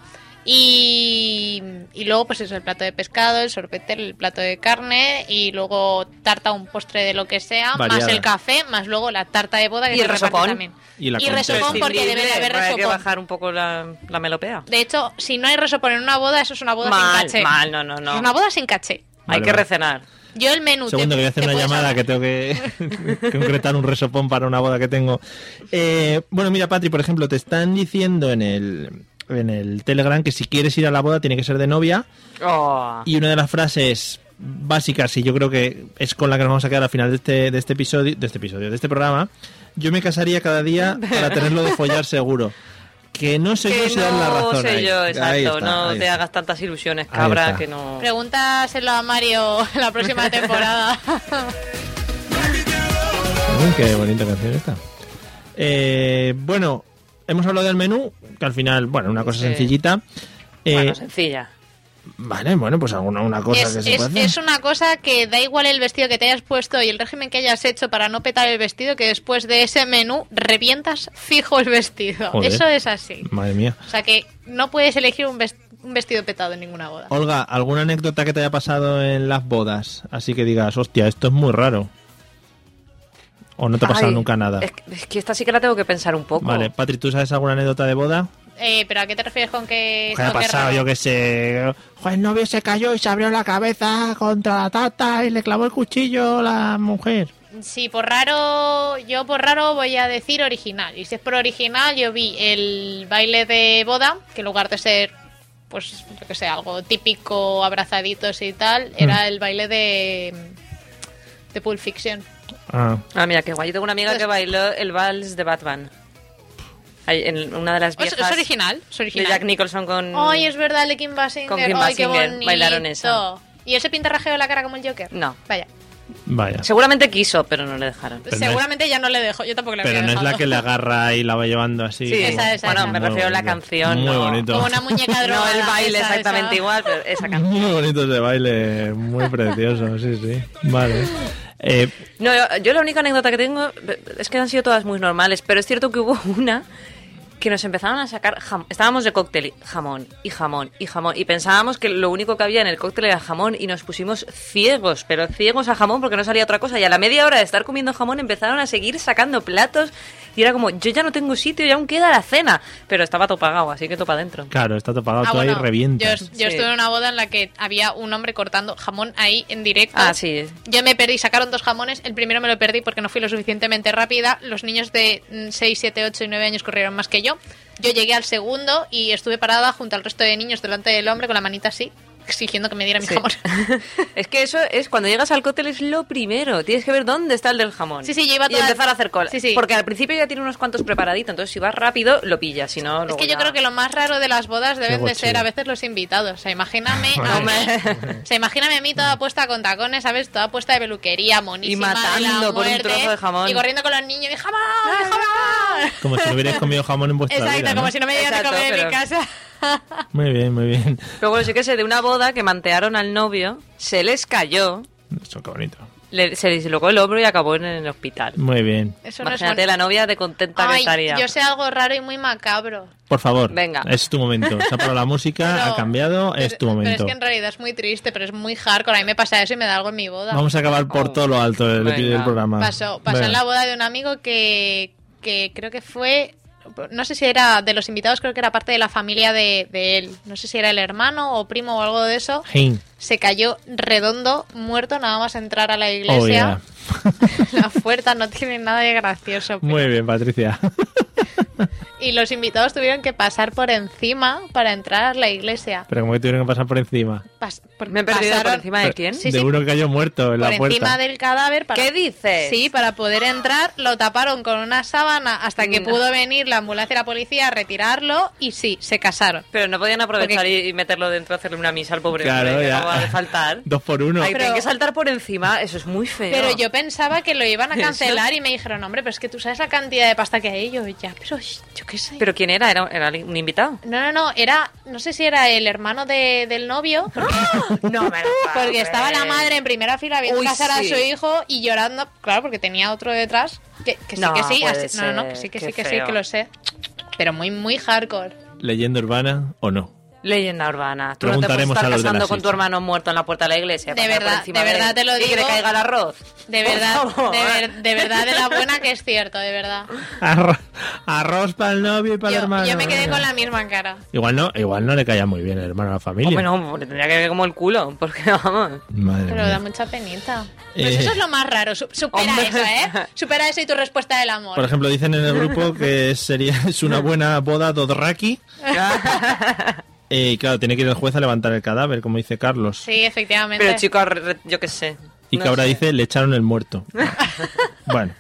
S2: Y, y luego, pues eso, el plato de pescado, el sorbete, el plato de carne y luego tarta, un postre de lo que sea,
S1: Variada.
S2: más el café, más luego la tarta de boda que
S3: Y
S2: se
S3: el
S2: reparte
S3: resopón.
S2: también.
S1: Y la
S2: Y
S1: concha.
S2: resopón porque debe de haber
S3: Imprescindible, Hay que
S2: resopón.
S3: bajar un poco la, la melopea.
S2: De hecho, si no hay resopón en una boda, eso es una boda sin
S3: Mal,
S2: caché.
S3: mal, no, no,
S2: Es
S3: no.
S2: una boda sin caché.
S3: Hay
S1: Vale,
S3: que
S1: vale.
S3: recenar.
S2: Yo el menú. te-
S1: Segundo, que voy a hacer
S2: te
S1: una
S2: puedes
S1: llamada que
S2: hablar.
S1: tengo que concretar un resopón para una boda que tengo. Eh, bueno, mira, Patri, por ejemplo, te están diciendo en el, en el Telegram que si quieres ir a la boda tiene que ser de novia.
S3: Oh.
S1: Y una de las frases básicas, y yo creo que es con la que nos vamos a quedar al final de este, de este episodio, de este episodio, de este programa, yo me casaría cada día para tenerlo de follar seguro. Que no sé yo
S3: que
S1: si dar la
S3: no
S1: razón.
S3: sé
S1: ahí.
S3: yo,
S1: Ahí
S3: exacto.
S1: está,
S3: no
S1: ahí
S3: te
S1: está.
S3: hagas tantas ilusiones,
S1: Ahí
S3: cabra,
S1: está.
S3: que no.
S2: Pregúntaselo a Mario la próxima temporada.
S1: Uy, qué bonita canción esta. Eh, bueno, hemos hablado del menú, que al final, bueno, una cosa
S3: Sí.
S1: sencillita. Eh,
S3: Bueno, sencilla.
S1: Vale, bueno, pues alguna una cosa
S2: es,
S1: que se
S2: es-
S1: puede hacer.
S2: es una cosa que da igual el vestido que te hayas puesto y el régimen que hayas hecho para no petar el vestido, que después de ese menú revientas fijo el vestido.
S1: Joder.
S2: Eso es así.
S1: Madre mía.
S2: O sea que no puedes elegir un, ves- un vestido petado en ninguna boda.
S1: Olga, ¿alguna anécdota que te haya pasado en las bodas? Así que digas, hostia, esto es muy raro. O no te ha pasado
S3: Ay,
S1: nunca nada.
S3: Es que, es que esta sí que la tengo que pensar un poco.
S1: Vale, Patri, ¿tú sabes alguna anécdota de boda?
S2: Eh, ¿Pero a qué te refieres con que...
S1: ¿Qué ha
S2: con que
S1: pasado?
S2: raro?
S1: Yo qué sé. Joder, el novio se cayó y se abrió la cabeza contra la tata y le clavó el cuchillo la mujer.
S2: Sí, por raro, yo por raro voy a decir original. Y si es por original, yo vi el baile de boda, que en lugar de ser, pues, yo que sé, algo típico, abrazaditos y
S1: Hmm.
S2: tal, era el baile de, de Pulp Fiction.
S1: Ah,
S3: Ah, mira, qué guay. Yo tengo una amiga que
S2: Pues-
S3: bailó el vals de Batman. Ahí, En una de las
S2: Es,
S3: viejas.
S2: es original, es
S3: De
S2: original.
S3: Jack Nicholson con.
S2: Ay, es verdad, el de Kim Basinger.
S3: Con Kim
S2: Ay, qué
S3: Basinger,
S2: bonito.
S3: bailaron esa.
S2: ¿Y ese pintarrajeo de la cara como el Joker?
S3: No.
S2: Vaya.
S1: vaya.
S3: Seguramente quiso, pero no le dejaron.
S1: Pero no es-
S2: Seguramente ya no le dejo. Yo tampoco le
S1: Pero
S2: había
S1: no es la
S2: dejado.
S1: que le agarra y la va llevando así.
S3: Sí,
S2: esa, esa,
S3: bueno,
S2: esa.
S3: me
S1: Muy
S3: refiero a la
S1: bonito.
S3: canción.
S1: Muy
S3: no-
S1: bonito.
S2: Como una muñeca
S3: No
S2: drogada.
S3: el baile
S2: esa,
S3: exactamente
S2: esa.
S3: igual, pero esa canción.
S1: Muy bonito ese baile, muy precioso, sí, sí. Vale. Eh,
S3: No, yo, yo la única anécdota que tengo es que han sido todas muy normales, pero es cierto que hubo una que nos empezaron a sacar jam- estábamos de cóctel y jamón y jamón y jamón y pensábamos que lo único que había en el cóctel era jamón y nos pusimos ciegos, pero ciegos a jamón porque no salía otra cosa y a la media hora de estar comiendo jamón empezaron a seguir sacando platos y era como yo ya no tengo sitio, ya aún queda la cena, pero estaba todo pagado, así que todo para adentro.
S1: claro, está topado
S2: Ah,
S1: tú ahí
S2: bueno, Yo,
S1: revientas.
S2: es- yo
S3: Sí.
S2: estuve en una boda en la que había un hombre cortando jamón ahí en directo.
S3: Ah, sí.
S2: Yo me perdí, sacaron dos jamones. El primero me lo perdí porque no fui lo suficientemente rápida. Los niños de mm, 6, 7, 8 y 9 años corrieron más que yo. Yo llegué al segundo y estuve parada junto al resto de niños delante del hombre con la manita así, exigiendo que me diera mi
S3: Sí.
S2: jamón.
S3: es que eso es cuando llegas al cóctel es lo primero. Tienes que ver dónde está el del jamón.
S2: Sí, sí, yo iba
S3: Y
S2: toda-
S3: empezar a hacer cola.
S2: Sí, sí.
S3: Porque al principio ya tiene unos cuantos preparaditos. Entonces, si vas rápido, lo pillas. Si no,
S2: es que yo creo que lo más raro de las bodas deben de ser
S1: gochera.
S2: a veces los invitados. O sea, imagíname a mí,
S3: Hombre.
S2: o sea, imagíname a mí toda puesta con tacones, ¿sabes? Toda puesta de peluquería, monísima,
S3: Y matando
S2: de la
S3: por un
S2: muerte,
S3: trozo de jamón.
S2: Y corriendo con los niños, ¡mi jamón, mi jamón!
S1: Como si no hubierais comido jamón en vuestra
S2: Exacto,
S1: vida. ¿no?
S2: como si no me dieran de
S3: Exacto,
S2: comer en mi
S3: pero-
S2: casa.
S1: Muy bien, muy bien.
S3: Luego, yo qué sé, de una boda que mantearon al novio, se les cayó,
S1: Eso, qué bonito.
S3: le- se dislocó el hombro y acabó en el hospital.
S1: Muy bien.
S2: Eso no es
S3: Imagínate
S2: bonito.
S3: la novia de contenta que
S2: Ay,
S3: estaría.
S2: yo sé algo raro y muy macabro.
S1: Por favor.
S3: Venga.
S1: Es tu momento. Se ha parado la música,
S2: Pero-
S1: ha cambiado, es
S2: pero-
S1: tu
S2: Pero
S1: momento.
S2: es que en realidad es muy triste, pero es muy hardcore. A mí me pasa eso y me da algo en mi boda.
S1: Vamos a acabar por
S3: Oh.
S1: todo lo alto del,
S3: Venga.
S1: del programa.
S2: Pasó, pasó
S1: Ah, Venga.
S2: en la boda de un amigo que, que creo que fue, no sé si era de los invitados, creo que era parte de la familia de, de él. No sé si era el hermano o primo o algo de eso.
S1: Jin.
S2: Se cayó redondo, muerto, nada más entrar a la iglesia.
S1: Oh, yeah.
S2: Las puertas no tienen nada de gracioso. pero-
S1: Muy bien, Patricia.
S2: Y los invitados tuvieron que pasar por encima para entrar a la iglesia.
S1: Pero como que tuvieron que pasar por encima.
S2: Pas- por-
S3: Me he perdido por
S2: pasaron
S3: encima de quién.
S2: Sí,
S1: de
S2: sí.
S1: uno que cayó muerto en
S2: por
S1: la puerta.
S2: encima del cadáver para...
S3: ¿Qué dices?
S2: Sí, para poder entrar lo taparon con una sábana hasta que
S3: No.
S2: pudo venir la ambulancia y la policía a retirarlo y sí, se casaron.
S3: Pero no podían aprovechar y- y meterlo dentro, hacerle una misa al pobre
S1: Claro,
S3: hombre, que
S1: ya.
S3: no va a faltar.
S1: Dos por uno.
S3: Ahí
S2: Pero-
S3: tienen que saltar por encima, eso es muy feo.
S2: Pero yo pensaba que lo iban a cancelar y me dijeron, hombre, pero es que tú sabes la cantidad de pasta que hay. Y yo, ya, pero sh, yo qué sé.
S3: ¿Pero quién era? ¿Era, era un invitado?
S2: No, no, no, era, no sé si era el hermano de- del
S3: Ah,
S2: novio, porque,
S3: No me lo
S2: porque estaba la madre en primera fila viendo
S3: Uy,
S2: casar
S3: sí.
S2: a su hijo y llorando, claro, porque tenía otro detrás. Que, que sí,
S3: No,
S2: que sí,
S3: puede
S2: así- no, no, no, que sí,
S3: ser,
S2: que
S3: qué
S2: sí, que sí,
S3: feo.
S2: que lo sé. Pero muy, muy hardcore.
S1: ¿Leyenda urbana o no?
S3: Leyenda urbana. Tú no te puedes
S1: Preguntaremos
S3: estar
S1: a los de la
S3: casando con
S1: silla.
S3: tu hermano muerto en la puerta de la iglesia.
S2: De
S3: pasar por
S2: verdad,
S3: encima
S2: de
S3: él
S2: verdad te lo
S3: Y que le
S2: digo.
S3: caiga el arroz.
S2: De
S3: Por
S2: verdad,
S3: favor.
S2: de, ver- de verdad, de la buena que es cierto, de verdad.
S1: Arro- Arroz para el novio y para el
S2: Yo,
S1: hermano.
S2: yo me quedé con la misma cara.
S1: Igual no, igual no le caía muy bien el hermano a la familia.
S3: Hombre, no, hombre, tendría que ver como el culo, porque vamos.
S1: Madre
S2: Pero
S1: mía.
S2: da mucha penita. Pues
S1: Eh.
S2: eso es lo más raro. su- supera
S3: Hombre.
S2: eso, ¿eh? Supera eso y tu respuesta del amor.
S1: Por ejemplo, dicen en el grupo que sería es una buena boda Dothraki. Eh, y claro, tiene que ir el juez a levantar el cadáver, como dice Carlos.
S2: sí, efectivamente.
S3: Pero chicos, re- re- yo qué sé.
S1: y
S3: No
S1: que ahora
S3: sé.
S1: dice, le echaron el muerto. bueno,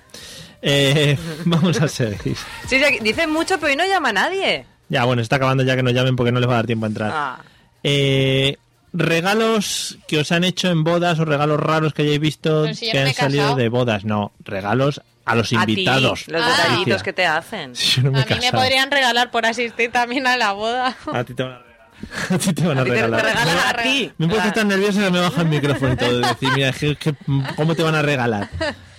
S1: eh, vamos a seguir.
S3: Sí, sí, dice mucho, pero hoy no llama a nadie.
S1: Ya, bueno, está acabando ya que nos llamen porque no les va a dar tiempo a entrar.
S3: Ah.
S1: Eh, regalos que os han hecho en bodas o regalos raros que hayáis visto
S2: Pero si yo
S1: que
S2: no me
S1: han
S2: he casado.
S1: salido de bodas. No, regalos a los
S3: A ti,
S1: invitados.
S3: los
S2: Ah.
S3: detallitos
S1: Patricia.
S3: que te hacen.
S1: Si yo no me he
S2: a mí me
S1: casado.
S2: podrían regalar por asistir también a la boda.
S1: A ti te van a regalar. A ti te van a
S3: A ti te-
S1: regalar.
S3: te regalan
S2: Me-
S3: a ti.
S1: Me he puesto
S3: Ah.
S1: tan nervioso que me baja el micrófono y todo. De decir, mira, es que- es que, ¿cómo te van a regalar?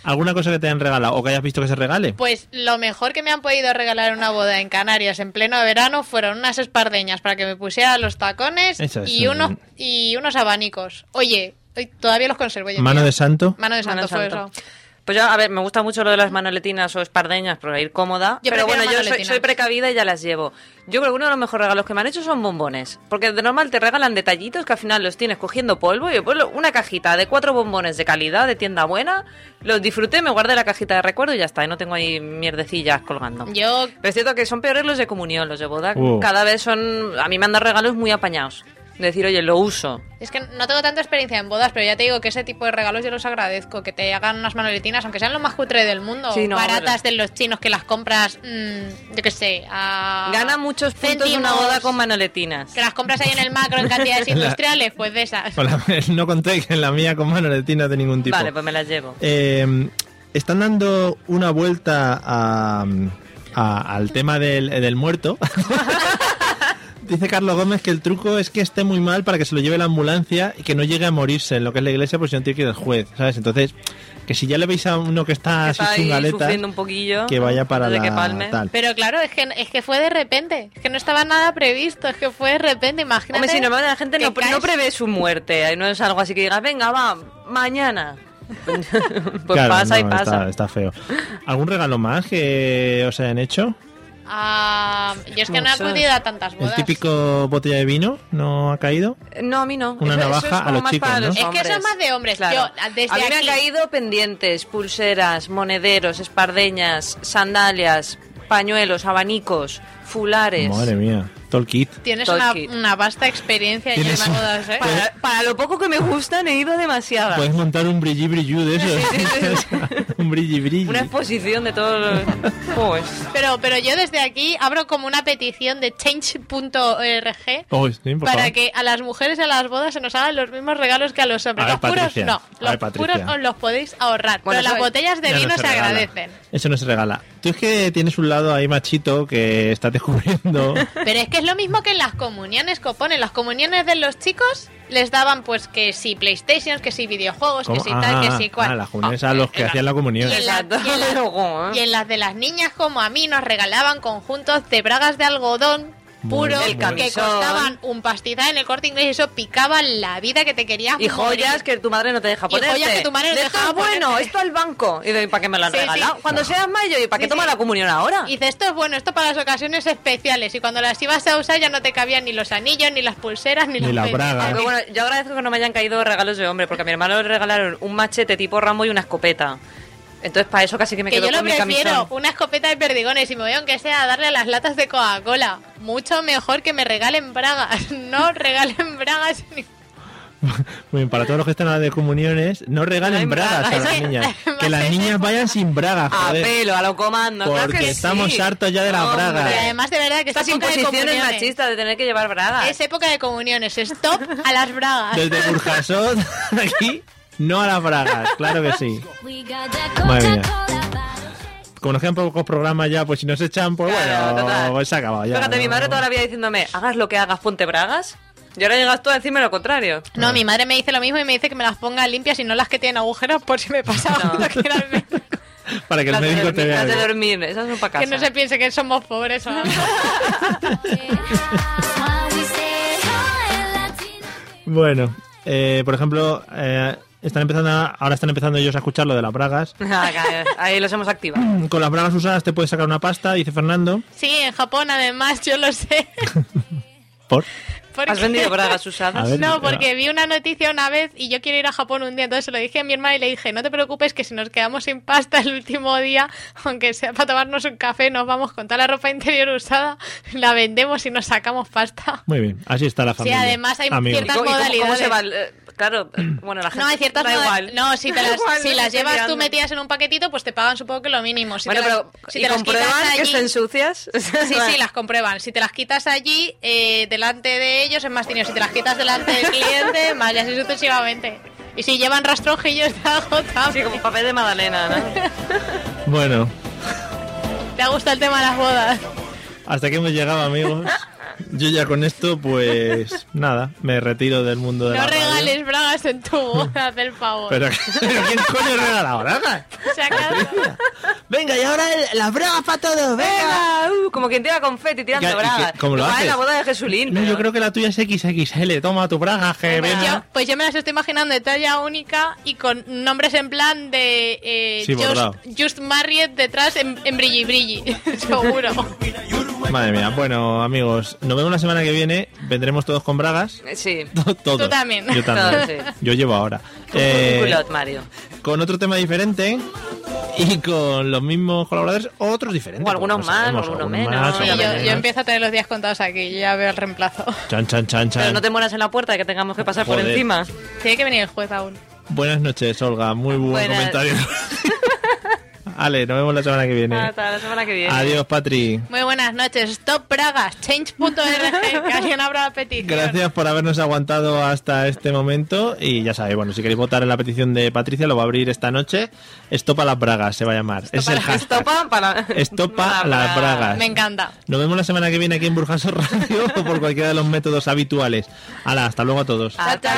S1: ¿Alguna cosa que te hayan regalado o que hayas visto que se regale?
S2: Pues lo mejor que me han podido regalar en una boda en Canarias en pleno verano fueron unas espardeñas para que me pusiera los tacones
S1: Eso es
S2: y
S1: un-
S2: unos, y unos abanicos. Oye, hoy todavía los conservo. Yo
S1: Mano de santo.
S2: Mano de santo
S3: Mano
S2: fue
S3: santo.
S2: eso.
S3: Pues yo, a ver, me gusta mucho lo de las manoletinas o espardeñas para ir cómoda.
S2: Yo
S3: pero
S2: prefiero
S3: bueno, yo soy,
S2: manoletinas.
S3: soy precavida y ya las llevo. Yo creo que uno de los mejores regalos que me han hecho son bombones. Porque de normal te regalan detallitos que al final los tienes cogiendo polvo. Y después lo- una cajita de cuatro bombones de calidad, de tienda buena. Los disfruté, me guardé la cajita de recuerdo y ya está. Y no tengo ahí mierdecillas colgando.
S2: Yo
S3: Pero es cierto que son peores los de comunión, los de boda.
S1: Uh.
S3: Cada vez son. A mí me han dado regalos muy apañados. Decir, oye, lo uso.
S2: Es que no tengo tanta experiencia en bodas, pero ya te digo que ese tipo de regalos yo los agradezco. Que te hagan unas manoletinas, aunque sean lo más cutre del mundo.
S3: Sí, no,
S2: baratas
S3: pero-
S2: de los chinos que las compras, mm, yo qué sé, a...
S3: Gana muchos puntos
S2: Ah. céntimos,
S3: una boda con manoletinas.
S2: Que las compras ahí en el macro en cantidades industriales, pues de esas.
S1: Hola, no conté que en la mía con manoletinas de ningún tipo.
S3: Vale, pues me las llevo.
S1: Eh, están dando una vuelta a- a- al tema del, del muerto. Dice Carlos Gómez que el truco es que esté muy mal para que se lo lleve la ambulancia y que no llegue a morirse en lo que es la iglesia, porque si no tiene que ir el juez, ¿sabes? Entonces, que si ya le veis a uno que está así
S3: que está ahí
S1: chingaleta,
S3: sufriendo un poquillo.
S1: que vaya para
S3: antes
S1: la
S3: de que palme.
S1: tal.
S2: Pero claro, es que, es que fue de repente. Es que no estaba nada previsto. Es que fue de repente. Imagínate.
S3: Hombre, si normalmente la gente
S2: que
S3: no,
S2: caes-
S3: no prevé su muerte, ahí no es algo así que digas, venga, va, mañana. pues
S1: Claro,
S3: pasa y
S1: no,
S3: pasa.
S1: Está, está feo. ¿Algún regalo más que os hayan hecho?
S2: Ah, yo es que no he
S3: Muchas.
S2: acudido a tantas
S1: ¿El
S2: bodas.
S1: típico botella de vino no ha caído?
S3: No, a mí no.
S1: Una
S3: Eso- eso
S1: navaja
S3: es como
S1: a los
S3: más
S1: chicos,
S3: para
S1: ¿no?
S3: los
S2: Es que eso
S3: hombres.
S2: es más de hombres.
S3: Claro.
S2: Yo, desde
S3: a mí me han
S2: aquí-
S3: caído pendientes, pulseras, monederos, espardeñas, sandalias, pañuelos, abanicos, fulares.
S1: Madre mía, todo el kit.
S2: Tienes
S3: Todo
S2: una,
S3: kit.
S2: una vasta experiencia ya en
S1: Tienes-
S2: las bodas, ¿eh?
S1: Pues-
S3: Para, para lo poco que me gustan he ido demasiadas.
S1: Puedes montar un brilli brillu de eso. un brilli brilli.
S3: Una exposición de todos los... Pues,
S2: Pero, pero yo desde aquí abro como una petición de change.org
S1: Oh, sí, por
S2: para
S1: favor.
S2: que a las mujeres y a las bodas se nos hagan los mismos regalos que a los hombres.
S1: A ver,
S2: los puros
S1: Patricia.
S2: no,
S1: A ver,
S2: los
S1: Patricia.
S2: puros os los podéis ahorrar.
S3: Bueno,
S2: pero las
S3: eso-
S2: botellas de
S1: Ya no
S2: vino se
S1: regala.
S2: agradecen.
S1: Eso no se regala. tú es que tienes un lado ahí machito que estás descubriendo.
S2: Pero es que es lo mismo que en las comuniones que ponen. Las comuniones de los chicos les daban pues que si PlayStation, que si videojuegos,
S1: ¿Cómo?
S2: que si tal, que si cual.
S1: ah, las comuniones a los que hacían la comunión.
S2: Y en, la- y en la- y en las de las niñas como a mí nos regalaban conjuntos de bragas de algodón
S1: Muy
S2: puro
S1: bien,
S2: que
S1: muy bien.
S2: costaban un pastizal en el corte inglés y eso picaba la vida que te querías
S3: Y
S2: morir.
S3: joyas que tu madre no te deja
S2: Y joyas
S3: ponerte.
S2: que tu madre no
S3: De
S2: te deja
S3: esto es bueno,
S2: ponerte.
S3: esto al banco. Y de, ¿para qué me lo han
S2: Sí, sí.
S3: regalado? Cuando seas mayo, ¿y para qué
S2: Sí,
S3: toma
S2: sí.
S3: la comunión ahora?
S2: Y Dice, esto es bueno, esto para las ocasiones especiales. Y cuando las ibas a usar ya no te cabían ni los anillos, ni las pulseras, ni,
S1: Ni las
S2: pendientes.
S1: bragas.
S3: Aunque bueno, yo agradezco que no me hayan caído regalos de hombre, porque a mi hermano le regalaron un machete tipo Rambo y una escopeta. Entonces, para eso casi que me
S2: Que
S3: quedo
S2: yo lo
S3: con mi
S2: prefiero,
S3: camisón.
S2: una escopeta de perdigones y me voy aunque sea a darle a las latas de Coca-Cola. Mucho mejor que me regalen bragas. No regalen bragas ni...
S1: Muy bien, para todos los que están a la de comuniones, no regalen
S3: No hay
S1: bragas a
S3: bragas,
S1: las
S3: ¿eh?
S1: niñas. Que las niñas vayan sin bragas,
S3: A
S1: joder.
S3: pelo, a lo comando. claro
S1: Porque
S3: que sí.
S1: estamos hartos ya de las
S3: Hombre.
S1: bragas.
S2: Y además de verdad que
S3: Estas
S2: es época de
S3: imposiciones
S2: comuniones.
S3: machistas de tener que llevar bragas.
S2: Es época de comuniones. Stop a las bragas.
S1: Desde Burjasot, aquí, no a las bragas, claro que sí. Madre mía. Como nos quedan pocos programas ya, pues si nos echan, pues
S3: Claro,
S1: bueno,
S3: total.
S1: pues se ha acabado ya.
S3: Fíjate, mi madre toda la vida diciéndome, hagas lo que hagas, ponte bragas. Y ahora llegas tú a decirme lo contrario.
S2: No, mi madre me dice lo mismo y me dice que me las ponga limpias y no las que tienen agujeros por si me pasa
S3: No.
S2: algo que, era el médico.
S1: Para que el
S3: Las de
S1: médico te
S3: dormir,
S1: vea.
S3: las de
S1: bien.
S3: dormir, esas son para casa.
S2: que no se piense que somos pobres o algo.
S1: Bueno, eh, por ejemplo, eh, están empezando a- ahora están empezando ellos a escuchar lo de las bragas.
S3: Ah, Ahí los hemos activado.
S1: Con las bragas usadas te puedes sacar una pasta, dice Fernando.
S2: Sí, en Japón además, yo lo sé.
S1: Por.
S2: Porque-
S3: ¿Has vendido bragas
S1: A
S3: usadas?
S1: ver.
S2: No, porque vi una noticia una vez y yo quiero ir a Japón un día, entonces se lo dije a mi hermana y le dije, no te preocupes que si nos quedamos sin pasta el último día, aunque sea para tomarnos un café, nos vamos con toda la ropa interior usada, la vendemos y nos sacamos pasta.
S1: Muy bien, así está la
S2: Sí,
S1: familia.
S2: además hay
S1: Amigos.
S3: ¿Y
S2: ciertas
S3: cómo- y cómo- cómo
S2: modalidades.
S3: se va el- eh, Claro, bueno, la gente.
S2: No, hay ciertas
S3: da
S2: moda-
S3: igual.
S2: No, si, te
S3: Da
S2: las,
S3: igual,
S2: si
S3: me
S2: las
S3: estoy
S2: llevas
S3: liando.
S2: tú metidas en un paquetito, pues te pagan supongo que lo mínimo. Si
S3: bueno,
S2: te las,
S3: pero
S2: si
S3: ¿y
S2: te las
S3: comprueban
S2: quitas
S3: que
S2: allí-
S3: estén sucias?
S2: Sí, sí, las comprueban. Si te las quitas allí, eh, delante de ellos es más dinero. Si te las quitas delante del cliente, más y así sucesivamente. Y si llevan rastrojillos, te agotado.
S3: Sí, como papel de magdalena, ¿no?
S1: Bueno,
S2: ¿Te ha gustado el tema de las bodas?
S1: hasta que hemos llegado, amigos. Yo ya con esto, pues nada, me retiro del mundo de
S2: No
S1: la radio.
S2: regales bragas en tu boda, del favor.
S1: Pero, pero ¿quién coño regala bragas?
S2: Se acaba.
S1: Venga, y ahora el- las bragas para todos, venga.
S3: Venga, uh, como quien tira confeti tirando
S1: Ya, ¿y qué-
S3: bragas.
S1: cómo lo
S3: Igual en
S1: haces?
S3: la boda de Jesulín.
S1: No,
S3: pero-
S1: yo creo que la tuya es XXL, toma tu braga, que
S2: Pues
S1: venga.
S2: yo, pues yo me las estoy imaginando de talla única y con nombres en plan de eh,
S1: Sí, bordado.
S2: Just, Just Married detrás en, en brilli brilli, seguro.
S1: Madre mía, bueno, amigos, nos vemos la semana que viene, vendremos todos con bragas.
S3: Eh, Sí.
S1: To- Todos.
S2: Tú también.
S1: Yo también.
S3: Todos, sí.
S1: Yo llevo ahora.
S3: Como
S1: Eh,
S3: un culot, Mario.
S1: con otro tema diferente y con los mismos colaboradores, otros diferentes.
S3: O algunos
S1: porque no
S3: más,
S1: sabemos,
S3: algunos menos,
S1: más,
S3: y
S2: Sí, yo,
S1: algunos
S2: yo
S1: menos.
S2: empiezo a tener los días contados aquí, yo ya veo el reemplazo.
S1: Chan, chan, chan,
S3: Pero
S1: chan.
S3: no te mueras en la puerta de que tengamos que pasar por
S1: Joder.
S3: encima.
S2: Tiene que venir el juez aún.
S1: Buenas noches, Olga. Muy buen
S3: Buenas.
S1: comentario. Ale, nos vemos la semana que viene.
S3: Hasta la semana que viene.
S1: Adiós, Patri.
S2: Muy buenas noches, Stop Bragas, Change.org, que alguien abra la petición.
S1: Gracias por habernos aguantado hasta este momento. Y ya sabéis, bueno, si queréis votar en la petición de Patricia, lo va a abrir esta noche. Estopa las bragas se va a llamar. es el hashtag.
S3: Estopa para...
S1: Estopa las bragas.
S2: Me encanta.
S1: Nos vemos la semana que viene aquí en Burjaso Radio o por cualquiera de los métodos habituales. Hala, hasta luego a todos.
S3: Hasta